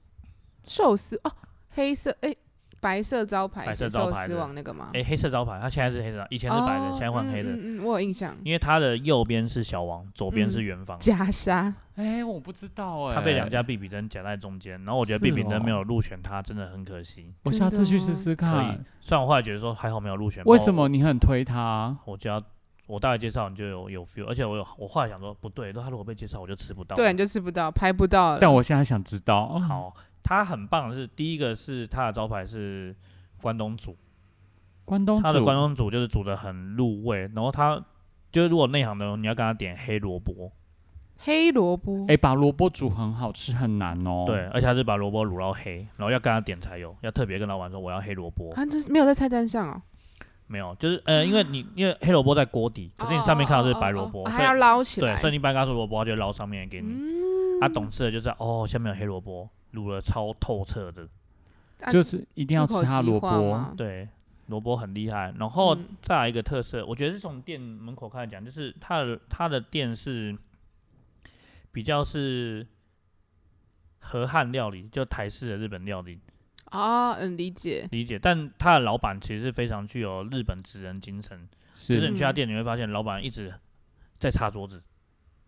S2: 寿司哦，黑色哎、白色招牌
S3: 白色
S2: 写
S3: 招
S2: 寿
S3: 牌
S2: 司
S3: 的
S2: 王那个吗？
S3: 诶，黑色招牌，它现在是黑色，以前是白的，
S2: 啊哦
S3: 现在换黑的，
S2: 嗯嗯嗯，我有印象。
S3: 因为它的右边是小王，左边是
S2: 嗯
S3: 元芳。
S2: 袈裟，
S1: 哎，我不知道哎，
S3: 它被两家，必比登夹在中间，然后我觉得
S1: 是
S3: 必比登
S1: 哦
S3: 没有入选它，真的很可惜。
S1: 我下次去试试
S3: 可以
S1: 看。。
S3: 虽然我后来觉得说还好没有入选，
S1: 为什么你很推他？
S3: 我就要我大概介绍你就有有 feel，而且我有我后来想说不对，他如果被介绍我就吃不到。
S2: 对，你就吃不到，拍不到了。
S1: 但我现在想知道，
S3: 好，它很棒的是第一个是它的招牌是关东煮，
S1: 关东
S3: 它的
S1: 煮
S3: 关东煮就是煮的很入味，然后它就是如果内行的你要跟他点黑萝卜，
S2: 黑萝卜，
S1: 哎，把萝卜煮很好吃很难哦。
S3: 对，，而且它是把萝卜卤到黑，然后要跟他点才有，要特别跟老板说我要黑萝卜，
S2: 啊，这是没有在菜单上哦。
S3: 没有，就是呃，因为你因为黑萝卜在锅底，可是你上面看到的是白萝
S2: 啊哦哦
S3: 卜
S2: 哦，哦
S3: 所
S2: 还要
S3: 以
S2: 捞起
S3: 对，
S2: 来。
S3: 所以你一般跟他说萝卜，他就捞上面给你。
S2: 嗯，
S3: 他懂吃的就是哦，下面有黑萝卜，卤了超透彻的，
S2: 啊
S1: 就是一定要
S2: 入口
S1: 吃他
S2: 即
S1: 萝
S2: 化
S1: 卜。
S2: 吗
S3: 对，萝卜很厉害。然后
S2: 嗯
S3: 再来一个特色，我觉得是从店门口开始讲，就是他的他的店是比较是和汉料理，就台式的日本料理
S2: 哦，嗯，理解。
S3: 理解，但他的老板其实是非常具有日本职人精神，就是
S1: 是，
S3: 你去他
S2: 嗯
S3: 店你会发现老板一直在擦桌子，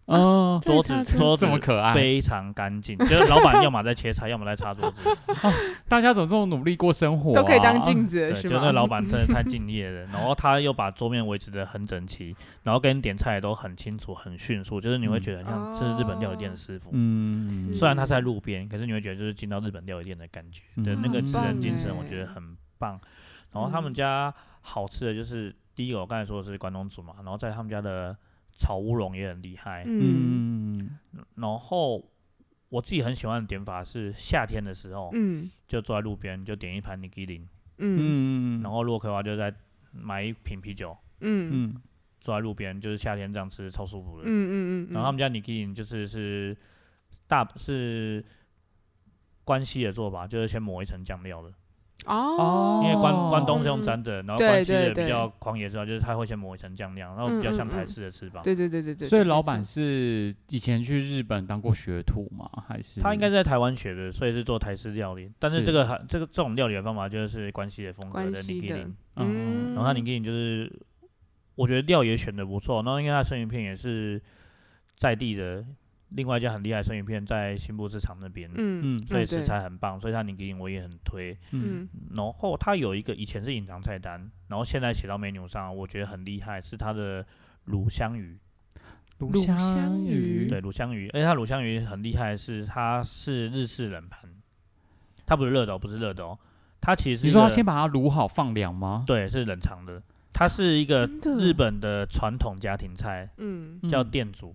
S1: 嗯，
S3: 桌
S2: 在擦
S3: 子
S2: 桌
S3: 桌
S1: 这
S3: 子
S1: 么可爱，
S3: 非常干净，就是老板要么在切菜，要么在 擦桌子。
S1: 大家怎么这么努力过生活啊？
S2: 都可以当镜子了
S3: 对，
S2: 是
S3: 就
S2: 吗？
S3: 那个老板真的太敬业了， 然后他又把桌面维持的很整齐，然后跟你点菜也都很清楚、很迅速，就是你会觉得很像
S2: 嗯
S3: 这是日本料理店的师傅。
S1: 嗯，
S3: 虽然他在路边，可是你会觉得就是进到日本料理店的感觉的
S1: 嗯
S3: 那个
S1: 很
S3: 职
S1: 棒
S3: 人精神，
S2: 欸
S3: 我觉得很棒。然后他们
S2: 嗯
S3: 家好吃的就是第一个我刚才说的是关东煮嘛，然后在他们家的炒乌龙也很厉害。
S2: 嗯
S1: 嗯，
S3: 然后我自己很喜欢的点法是夏天的时候，
S2: 嗯
S3: 就坐在路边就点一盘 nigiri，
S2: 嗯
S1: 嗯，
S3: 然后如果可以的话就再买一瓶啤酒，
S2: 嗯嗯
S1: 嗯，
S3: 坐在路边，就是夏天这样吃超舒服的。
S2: 嗯嗯，
S3: 然后他们家 n i k i 就是是大是关西的做法，就是先抹一层酱料的，
S2: 哦，
S3: 因为关关东
S2: 哦
S3: 是用沾的，然后
S2: 对
S3: 关西的
S2: 对对嗯
S3: 比较狂野之道，就是他会先抹一层酱料，然后比较像台式的吃法。
S2: 对对对对对，
S1: 所以
S2: 对
S1: 老
S2: 没错
S1: 板是以前去日本当过学徒吗？还是
S3: 他应该是在台湾学的，所以是做台式料理。但是
S1: 是
S3: 这个还这个这种料理的方法就是关西的风格
S2: 关
S3: 的 n
S2: 西
S3: i k
S2: 的
S3: i
S1: 嗯
S3: 然后他 n i k i 就是我觉得料也选的不错，然后因为他生鱼片也是在地的，另外一家很厉害的生鱼片在新部市场那边，
S2: 嗯
S1: 嗯
S3: 所以
S2: 嗯
S3: 食
S2: 对
S3: 材很棒，所以它你给我也很推。
S1: 嗯
S2: 嗯
S3: 然后它有一个以前是隐藏菜单，然后现在写到 menu 上，我觉得很厉害，是它的卤香鱼。
S1: 卤
S2: 卤
S1: 香
S2: 香
S1: 嗯
S2: 鱼
S3: 对，卤香鱼，而且它卤香鱼很厉害的是，它是日式冷盘，它不是热的、哦，不是热的哦，它其实是
S1: 你
S3: 一
S1: 说他
S3: 个
S1: 先把它卤好放凉吗？
S3: 对是冷藏的，它是一个
S2: 真的
S3: 日本的传统家庭菜，
S2: 嗯，
S3: 叫
S1: 嗯
S3: 店主。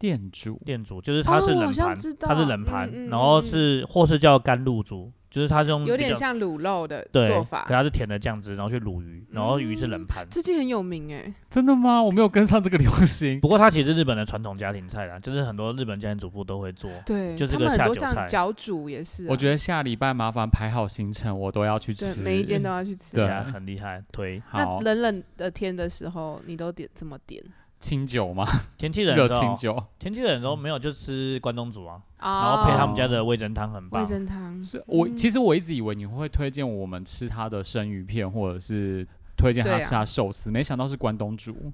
S1: 店主
S3: 店主，就是
S2: 哦
S3: 它是
S2: 我
S3: 冷
S2: 哦好像
S3: 盘
S2: 知，
S3: 它是
S2: 道
S3: 冷盘
S2: 嗯，嗯
S3: 然后
S2: 嗯嗯
S3: 是或是叫甘露煮，就是它这种
S2: 有
S3: 嗯比
S2: 点
S3: 较
S2: 像卤肉的
S3: 对
S2: 做法嗯
S3: 可。它是甜的酱汁，然后去卤鱼，然后鱼是冷盘。
S2: 最近很有名哎、
S1: 真的吗？我没有跟上这个流行。
S3: 不过它其实是日本的传统家庭菜啦，就是很多日本家庭主妇都会做。
S2: 对，
S3: 就是
S2: 他
S3: 个
S2: 们很
S3: 下
S2: 多
S3: 酒菜
S2: 像脚煮也是啊、
S1: 我觉得下礼拜麻烦排好行程，我都要去
S2: 对
S1: 吃。
S2: 每一间都要去吃。
S1: 对
S3: 啊，很厉害，推
S2: 那
S1: 好
S2: 冷冷的天的时候，你都点怎么点
S1: 清酒吗？
S3: 天气冷
S1: 热
S3: 的时
S1: 清
S3: 候，
S1: 酒
S3: 天气冷的时候没有就吃关东煮啊，然
S2: 啊
S3: 后配他们家的味噌汤很棒
S2: 味。噌汤，
S1: 是我
S2: 嗯
S1: 其实我一直以为你会推荐我们吃它的生鱼片，或者是推荐他
S2: 对啊
S1: 吃它寿司，没想到是关东煮。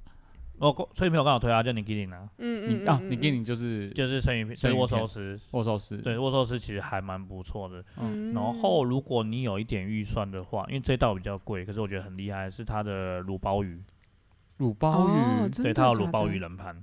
S3: 哦，所以没有刚好推啊，就你 k i 啊，
S2: 嗯
S1: 你
S2: 嗯
S1: 啊，
S2: 嗯
S1: 你给你就是
S3: 就是生鱼片，
S1: 生
S3: 就是
S1: 鱼
S3: 握
S1: 片
S3: 寿司，
S1: 握寿司，
S3: 对，握寿司其实还蛮不错的。
S2: 嗯
S3: 然后如果你有一点预算的话，因为这道比较贵，可是我觉得很厉害，是它的卤鲍鱼，
S1: 卤鲍
S2: 哦
S1: 鱼，
S2: 真的
S3: 对，它有
S2: 假
S3: 卤鲍
S2: 的
S3: 鱼冷盘。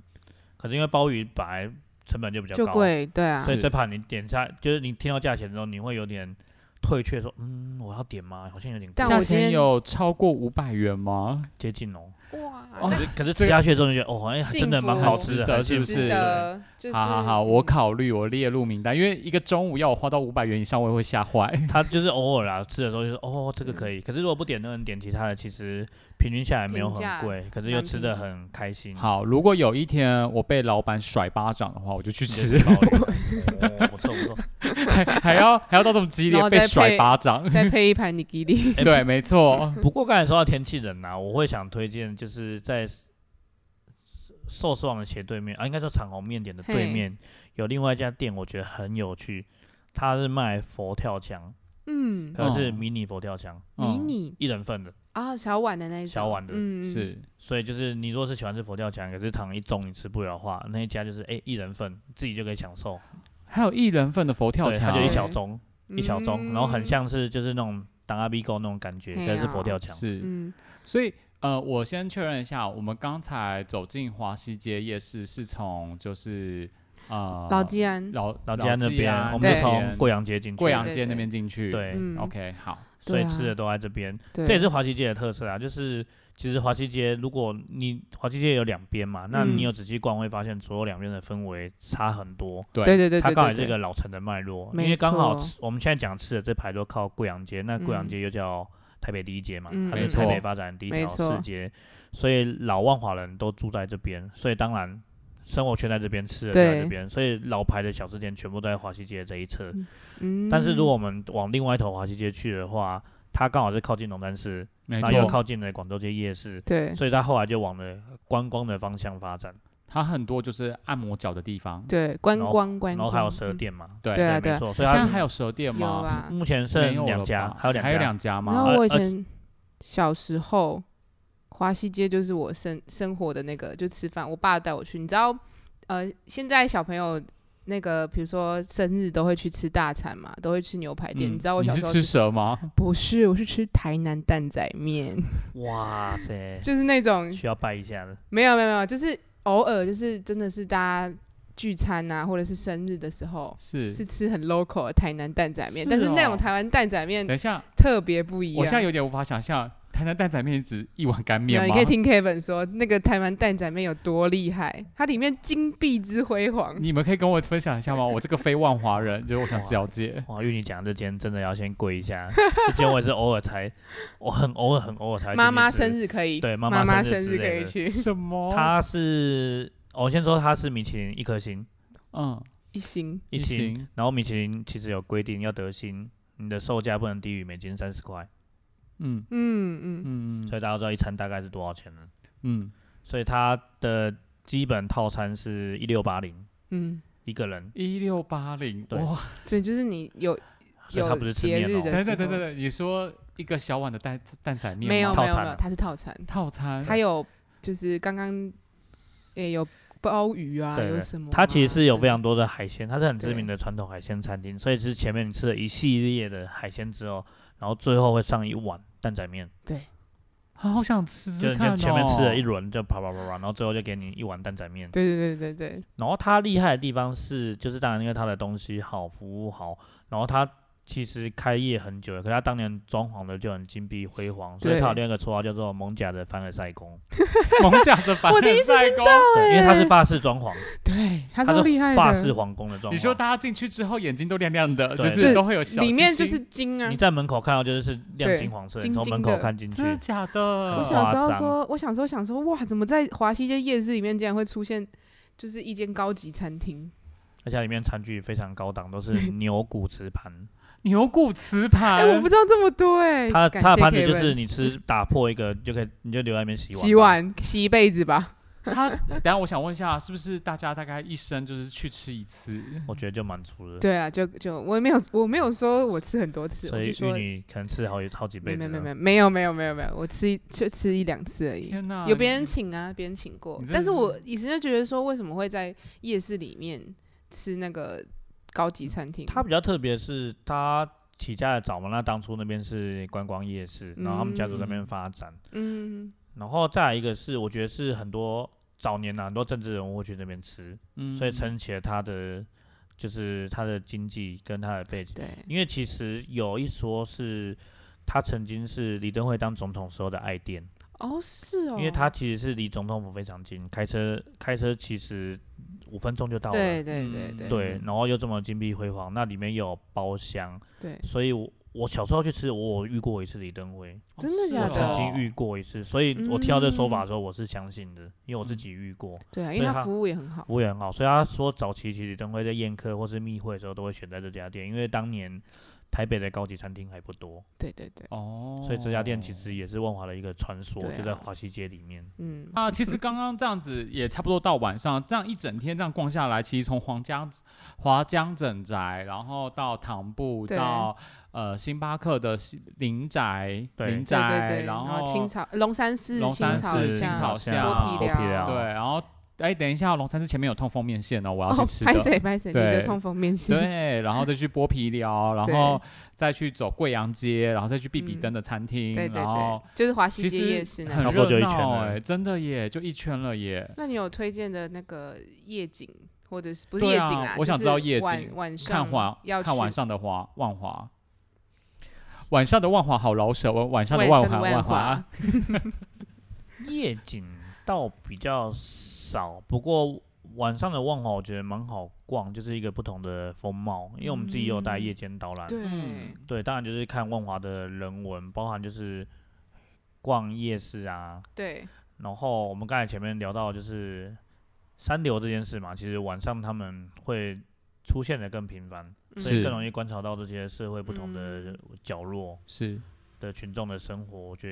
S3: 可是因为鲍鱼本来成本就比较
S2: 就
S3: 高，
S2: 贵，对啊
S3: 所，以
S1: 是
S3: 这盘你点下，就是你听到价钱之后，你会有点退却，说嗯，我要点吗？好像有点贵
S2: 但
S1: 价
S2: 我今
S1: 钱
S2: 天
S1: 有超过五百元吗？
S3: 接近哦。
S2: 哇，
S1: 哦
S3: 可是可是
S1: 这
S3: 吃
S1: 个
S3: 下去之后，你觉得哦，哎，真的
S2: 幸
S3: 蛮
S2: 福
S3: 好吃
S1: 值
S3: 的，
S1: 得
S3: 很
S1: 是不
S3: 幸福
S1: 是
S2: 值得，就是
S1: 好好好，我
S2: 嗯
S1: 考虑，我列入名单，因为一个中午要我花到五百元以上，我也会吓坏。
S3: 他就是偶尔啦，吃的时候就是哦，
S2: 嗯
S3: 这个可以。可是如果不点那人点其他的，其实平均下来没有
S2: 评价
S3: 很贵，可是又吃的很开心。
S1: 好，如果有一天我被老板甩巴掌的话，我就去
S3: 你就
S1: 吃
S3: 吃，鲍鱼，哦不错不错。
S1: 还还要还要到这么激
S2: 然
S1: 烈
S2: 后
S1: 被
S2: 再
S1: 甩
S2: 配
S1: 巴掌。
S2: 再配一盘尼基 利，
S3: 哎
S1: 对，没错，
S3: 不过刚才说到天气冷呐、我会想推荐就是在寿司王的斜对面啊，应该说长虹面点的对
S2: 嘿
S3: 面有另外一家店，我觉得很有趣，它是卖佛跳墙，
S2: 嗯，
S3: 可是
S1: 哦
S3: 迷你佛跳墙，
S2: 迷
S1: 嗯
S2: 你
S3: 一人份的。
S2: 啊，小碗的那一种，
S3: 小碗的
S2: 嗯，
S1: 是
S3: 所以就是你如果是喜欢吃佛跳墙，可是躺一盅你吃不了的话，那一家就是哎、一人份，自己就可以享受。
S1: 还有一人份的佛跳
S3: 对，它
S1: 墙
S3: 就一
S2: 对
S3: 小盅，一小盅，然后很
S2: 哦嗯，
S3: 像是就是那种当阿 B 狗那种感觉，
S2: 嘿
S3: 但是佛
S2: 啊
S3: 跳墙。
S1: 是，
S2: 嗯，
S1: 所以呃，我先确认一下，我们刚才走进华西街夜市是从就是呃
S2: 老基安，
S1: 老
S3: 啊老家那
S1: 纪
S3: 边，
S1: 啊
S3: 我们就
S2: 对
S3: 从贵阳街进去，
S1: 贵阳
S2: 对啊
S1: 街那
S2: 对
S1: 边进去，
S3: 对，
S2: 嗯
S1: ，OK，好，
S3: 所以
S2: 对啊
S3: 吃的都在这边。
S2: 对，
S3: 这也是华西街的特色啊，就是其实华西街，如果你华西街有两边嘛，那
S2: 嗯
S3: 你有仔细逛会发现，左右两边的氛围差很多。
S1: 对
S2: 对对对，
S3: 它
S2: 对
S3: 刚好
S2: 对
S3: 也是一
S2: 对
S3: 个老城的脉络，因
S2: 没
S3: 为刚好
S2: 错
S3: 吃我们现在讲吃的这排都靠贵阳街，那贵阳
S2: 嗯
S3: 街又叫台北第一街嘛，
S2: 嗯
S3: 它
S1: 没
S3: 是台北
S1: 错
S3: 发展第一
S2: 没
S3: 条
S2: 错
S3: 市街，所以老万华人都住在这边，所以当然生活圈在这边，吃的就在
S2: 对
S3: 这边，所以老牌的小吃店全部都在华西街这一侧。
S2: 嗯，
S3: 但是如果我们往另外一头华西街去的话，它刚好是靠近龙山寺，
S1: 没
S3: 那又
S1: 错，
S3: 靠近了广州街夜市，
S2: 对
S3: 所以它后来就往了观光的方向发展，
S1: 它很多就是按摩脚的地方，
S2: 对观
S3: 然后
S2: 光观
S3: 然
S2: 光，
S3: 后还有蛇
S2: 嗯
S3: 店嘛，
S1: 对
S2: 对啊对
S3: 没
S2: 啊，
S3: 错，所
S1: 现
S3: 以
S1: 在
S3: 它
S1: 还有蛇店
S2: 有
S1: 吗？
S2: 啊，
S3: 目前
S1: 没有
S3: 剩两
S1: 了
S3: 家
S1: 吧，
S3: 还有两
S1: 还有
S3: 家。
S1: 两家
S2: 然后
S1: 吗？
S3: 呃
S2: 我以
S3: 呃
S2: 前小时候，华西街就是我生生活的那个，就吃饭，我爸带我去。你知道，呃，现在小朋友那个，比如说生日都会去吃大餐嘛，都会吃牛排店。
S1: 嗯
S2: 你知道我
S1: 你
S2: 小
S1: 是
S2: 时候
S1: 吃
S2: 是
S1: 蛇吗？
S2: 不是，我是吃台南蛋仔面，
S3: 哇塞，
S2: 就是那种
S3: 需要拜一下的。
S2: 没有没有没有，就是偶尔就是真的是大家聚餐啊，或者是生日的时候。
S1: 是。
S2: 是吃很 local 的台南蛋仔面，
S1: 是
S2: 但是那
S1: 哦
S2: 种台湾蛋仔面
S1: 等一下，
S2: 特别不一样。
S1: 我现在有点无法想象，台南蛋仔面只一碗干
S2: 没
S1: 面
S2: 有，呃你
S1: 吗
S2: 可以？听 Kevin 说，那个台湾蛋仔面有多厉害，它里面金币之辉煌。
S1: 你们可以跟我分享一下吗？我这个非万华人，就是我想了解。
S3: 哇，玉你讲这间真的要先跪一下， 这间我也是偶尔才，我很偶尔很偶尔才。
S2: 妈妈生，日可以，
S3: 对妈妈
S2: 妈妈
S3: 生日
S2: 生
S3: 之
S2: 日可
S3: 类
S2: 以
S3: 的
S2: 去
S1: 什么？
S3: 它是哦我先说它是米其林一颗星，
S1: 嗯，
S2: 一星。
S3: 一星。，然后米其林其实有规定要得星，你的售价不能低于每斤三十块，
S1: 嗯
S2: 嗯嗯，
S1: 嗯
S3: 所以大家知道一餐大概是多少钱呢？
S1: 嗯，
S3: 所以它的基本套餐是一六八零
S2: 嗯，
S3: 一个人，
S1: 一六八零，
S3: 对
S1: 哇！
S2: 所以就是你有
S3: 所以它不是吃
S2: 节
S3: 面
S2: 日
S3: 哦，
S2: 的
S1: 等
S2: 时
S1: 等
S2: 候，
S1: 等等等，你说一个小碗的蛋蛋仔面吗
S2: 没有
S3: 套
S2: 没有
S3: 餐
S2: 没有
S3: 啊，嗯
S2: 它是套餐，
S1: 套餐，
S2: 它有就是刚刚也有鲍鱼啊，
S3: 对
S2: 有
S3: 对
S2: 什么啊？
S3: 它其实是有非常
S2: 多
S3: 多的海鲜，它是很知名
S2: 对
S3: 的传统海鲜餐厅，所以是前面你吃了一系列的海鲜之后，然后最后会上一碗蛋仔面，
S1: 好想吃
S3: 就
S1: 吃
S3: 是
S1: 看哦。
S3: 你前面吃了一轮就啪啪啪啪，然后最后就给你一碗蛋仔面。
S2: 对对对对对，
S3: 然后它厉害的地方是，就是当然因为它的东西好，服务好，然后它其实开业很久了，可是他当年装潢的就很金碧辉煌，所以
S2: 对
S3: 他有另一个绰号叫做“蒙甲的凡尔赛宫
S1: 蒙甲的凡
S2: 我第
S1: 尔
S2: 一次
S1: 赛宫。”，
S3: 对因为他是法式装潢，
S2: 对，他
S3: 他
S2: 超
S3: 是
S2: 厉害
S3: 法式
S2: 的，
S3: 皇宫的装
S1: 你说
S3: 潢。
S1: 大家进去之后眼睛都亮亮的，就
S3: 对
S1: 是都会有小
S2: 里面
S1: 星
S2: 就
S1: 星
S2: 是金啊
S3: 你。在门口看到就是亮
S2: 对
S3: 金黄色，你
S2: 金
S3: 从
S2: 金
S3: 门口
S2: 的
S3: 看进去
S1: 真，的假的？
S2: 我
S3: 很
S2: 小时
S3: 夸
S2: 候
S3: 张
S2: 说，我小时候想说，哇，怎么在华西街夜市里面竟然会出现就是一间高级餐厅？
S3: 而且它里面餐具非常高档，都是牛骨瓷盘。
S1: 牛骨瓷
S2: 哎、
S1: 盘，
S2: 我不知道这么多哎、
S3: 它
S2: 感
S3: 它的
S2: 谢
S3: 盘子就
S2: Kevin
S3: 是你吃打破一个就可以，你就留在那边洗碗。
S2: 洗。碗洗一辈子吧。
S1: 他等下我想问一下，是不是大家大概一生就是去吃一次？
S3: 我觉得就满足了。
S2: 对啊，就就我没有我没有说我吃很多次，我
S3: 所以
S2: 是
S3: 玉
S2: 说
S3: 女可能吃好几好几
S2: 没
S3: 辈
S2: 有没
S3: 子啊
S2: 有没
S3: 了。
S2: 有没有没有没有没有，我吃一就吃一两次而已。
S1: 天哪，
S2: 有别人请啊，别人请过
S1: 你，真
S2: 但是
S1: 是
S2: 我以前就觉得说，为什么会在夜市里面吃那个高级餐厅？
S3: 它比较特别是它起家的早嘛，那当初那边是观光夜市，然后他们家族在那边
S1: 嗯
S3: 发展，
S2: 嗯，
S3: 然后再来一个是我觉得是很多早年啊很多政治人物会去那边吃，
S1: 嗯
S3: 所以撑起了它的就是它的经济跟它的背景。
S2: 对，
S3: 因为其实有一说是，他曾经是李登辉当总统时候的爱店，
S2: 哦是哦，
S3: 因为他其实是离总统府非常近，开车开车其实五分钟就到了。
S2: 对对对对
S1: 嗯
S3: 对然后又这么金碧辉煌，那里面有包厢，
S2: 对，
S3: 所以我我小时候去吃，我遇过一次李登辉，
S1: 哦
S2: 真的
S1: 是
S2: 假
S3: 我
S2: 的
S3: 曾
S1: 哦
S3: 经遇过一次，所以我听到这说
S2: 嗯
S3: 法的时候，我是相信的，因为我自己遇过，
S2: 对啊，
S3: 所
S2: 因
S3: 以
S2: 为
S3: 它
S2: 它服务也很好。
S3: 服务也很好，所以他啊说早期其实李登辉在宴客或是密会的时候都会选在这家店，因为当年台北的高级餐厅还不多，
S2: 对对对，
S1: 哦，
S3: 所以这家店其实也是万华的一个传说，
S2: 对啊
S3: 就在华西街里面。
S2: 嗯，
S1: 啊，其实刚刚这样子也差不多到晚上，这样一整天这样逛下来，其实从黄江华江整宅，然后到唐布，
S2: 对
S1: 到呃星巴克的西林宅，
S3: 对
S1: 林
S2: 对
S1: 宅，
S2: 对对，然
S1: 后
S2: 青草龙山寺、
S1: 龙山
S2: 青草
S1: 寺
S2: 巷
S1: 青草巷
S2: 剥皮
S1: 剥
S3: 皮
S2: 寮
S3: 寮，
S1: 对，然后哎，等一下，龙山寺前面有痛风面线哦，我要
S2: 哦
S1: 去，吃
S2: 拍
S1: 的。
S2: 谁拍谁，你
S1: 对
S2: 的痛风 面线，
S1: 对，然后再去剥皮寮，然
S2: 对嗯
S1: 后再去走贵阳街，然后再去必比登的餐厅，
S2: 对对
S1: 然后
S2: 对，就是华西
S1: 其
S2: 街夜
S1: 实
S2: 市
S1: 很
S2: 那里。
S3: 差不多
S1: 热
S3: 就一圈
S1: 闹
S3: 了
S1: 哎，真的耶，就一圈了耶。
S2: 那你有推荐的那个夜景，或者是不是
S1: 对
S2: 夜
S1: 啊
S2: 景啦？
S1: 我想
S2: 就是
S1: 知道夜景
S2: 晚晚
S1: 看
S2: 上
S1: 华
S2: 要
S1: 看晚
S2: 去
S1: 上的华万华，晚上的万华好老舍，晚晚上的
S2: 晚
S1: 万
S2: 上
S1: 华万
S2: 的万
S1: 华
S2: 华，
S3: 夜景倒比较少，不过晚上的万华我觉得蛮好逛，就是一个不同的风貌，因为我们自己也有带夜间导览，
S2: 对
S1: 嗯
S3: 对，当然就是看万华的人文，包含就是逛夜市啊，
S2: 对
S3: 然后我们刚才前面聊到就是三流这件事嘛，其实晚上他们会出现的更频繁，
S2: 嗯
S3: 所以
S1: 是
S3: 更容易观察到这些社会不同的
S2: 嗯
S3: 角落
S1: 是。
S3: 的群众的生活，我觉得。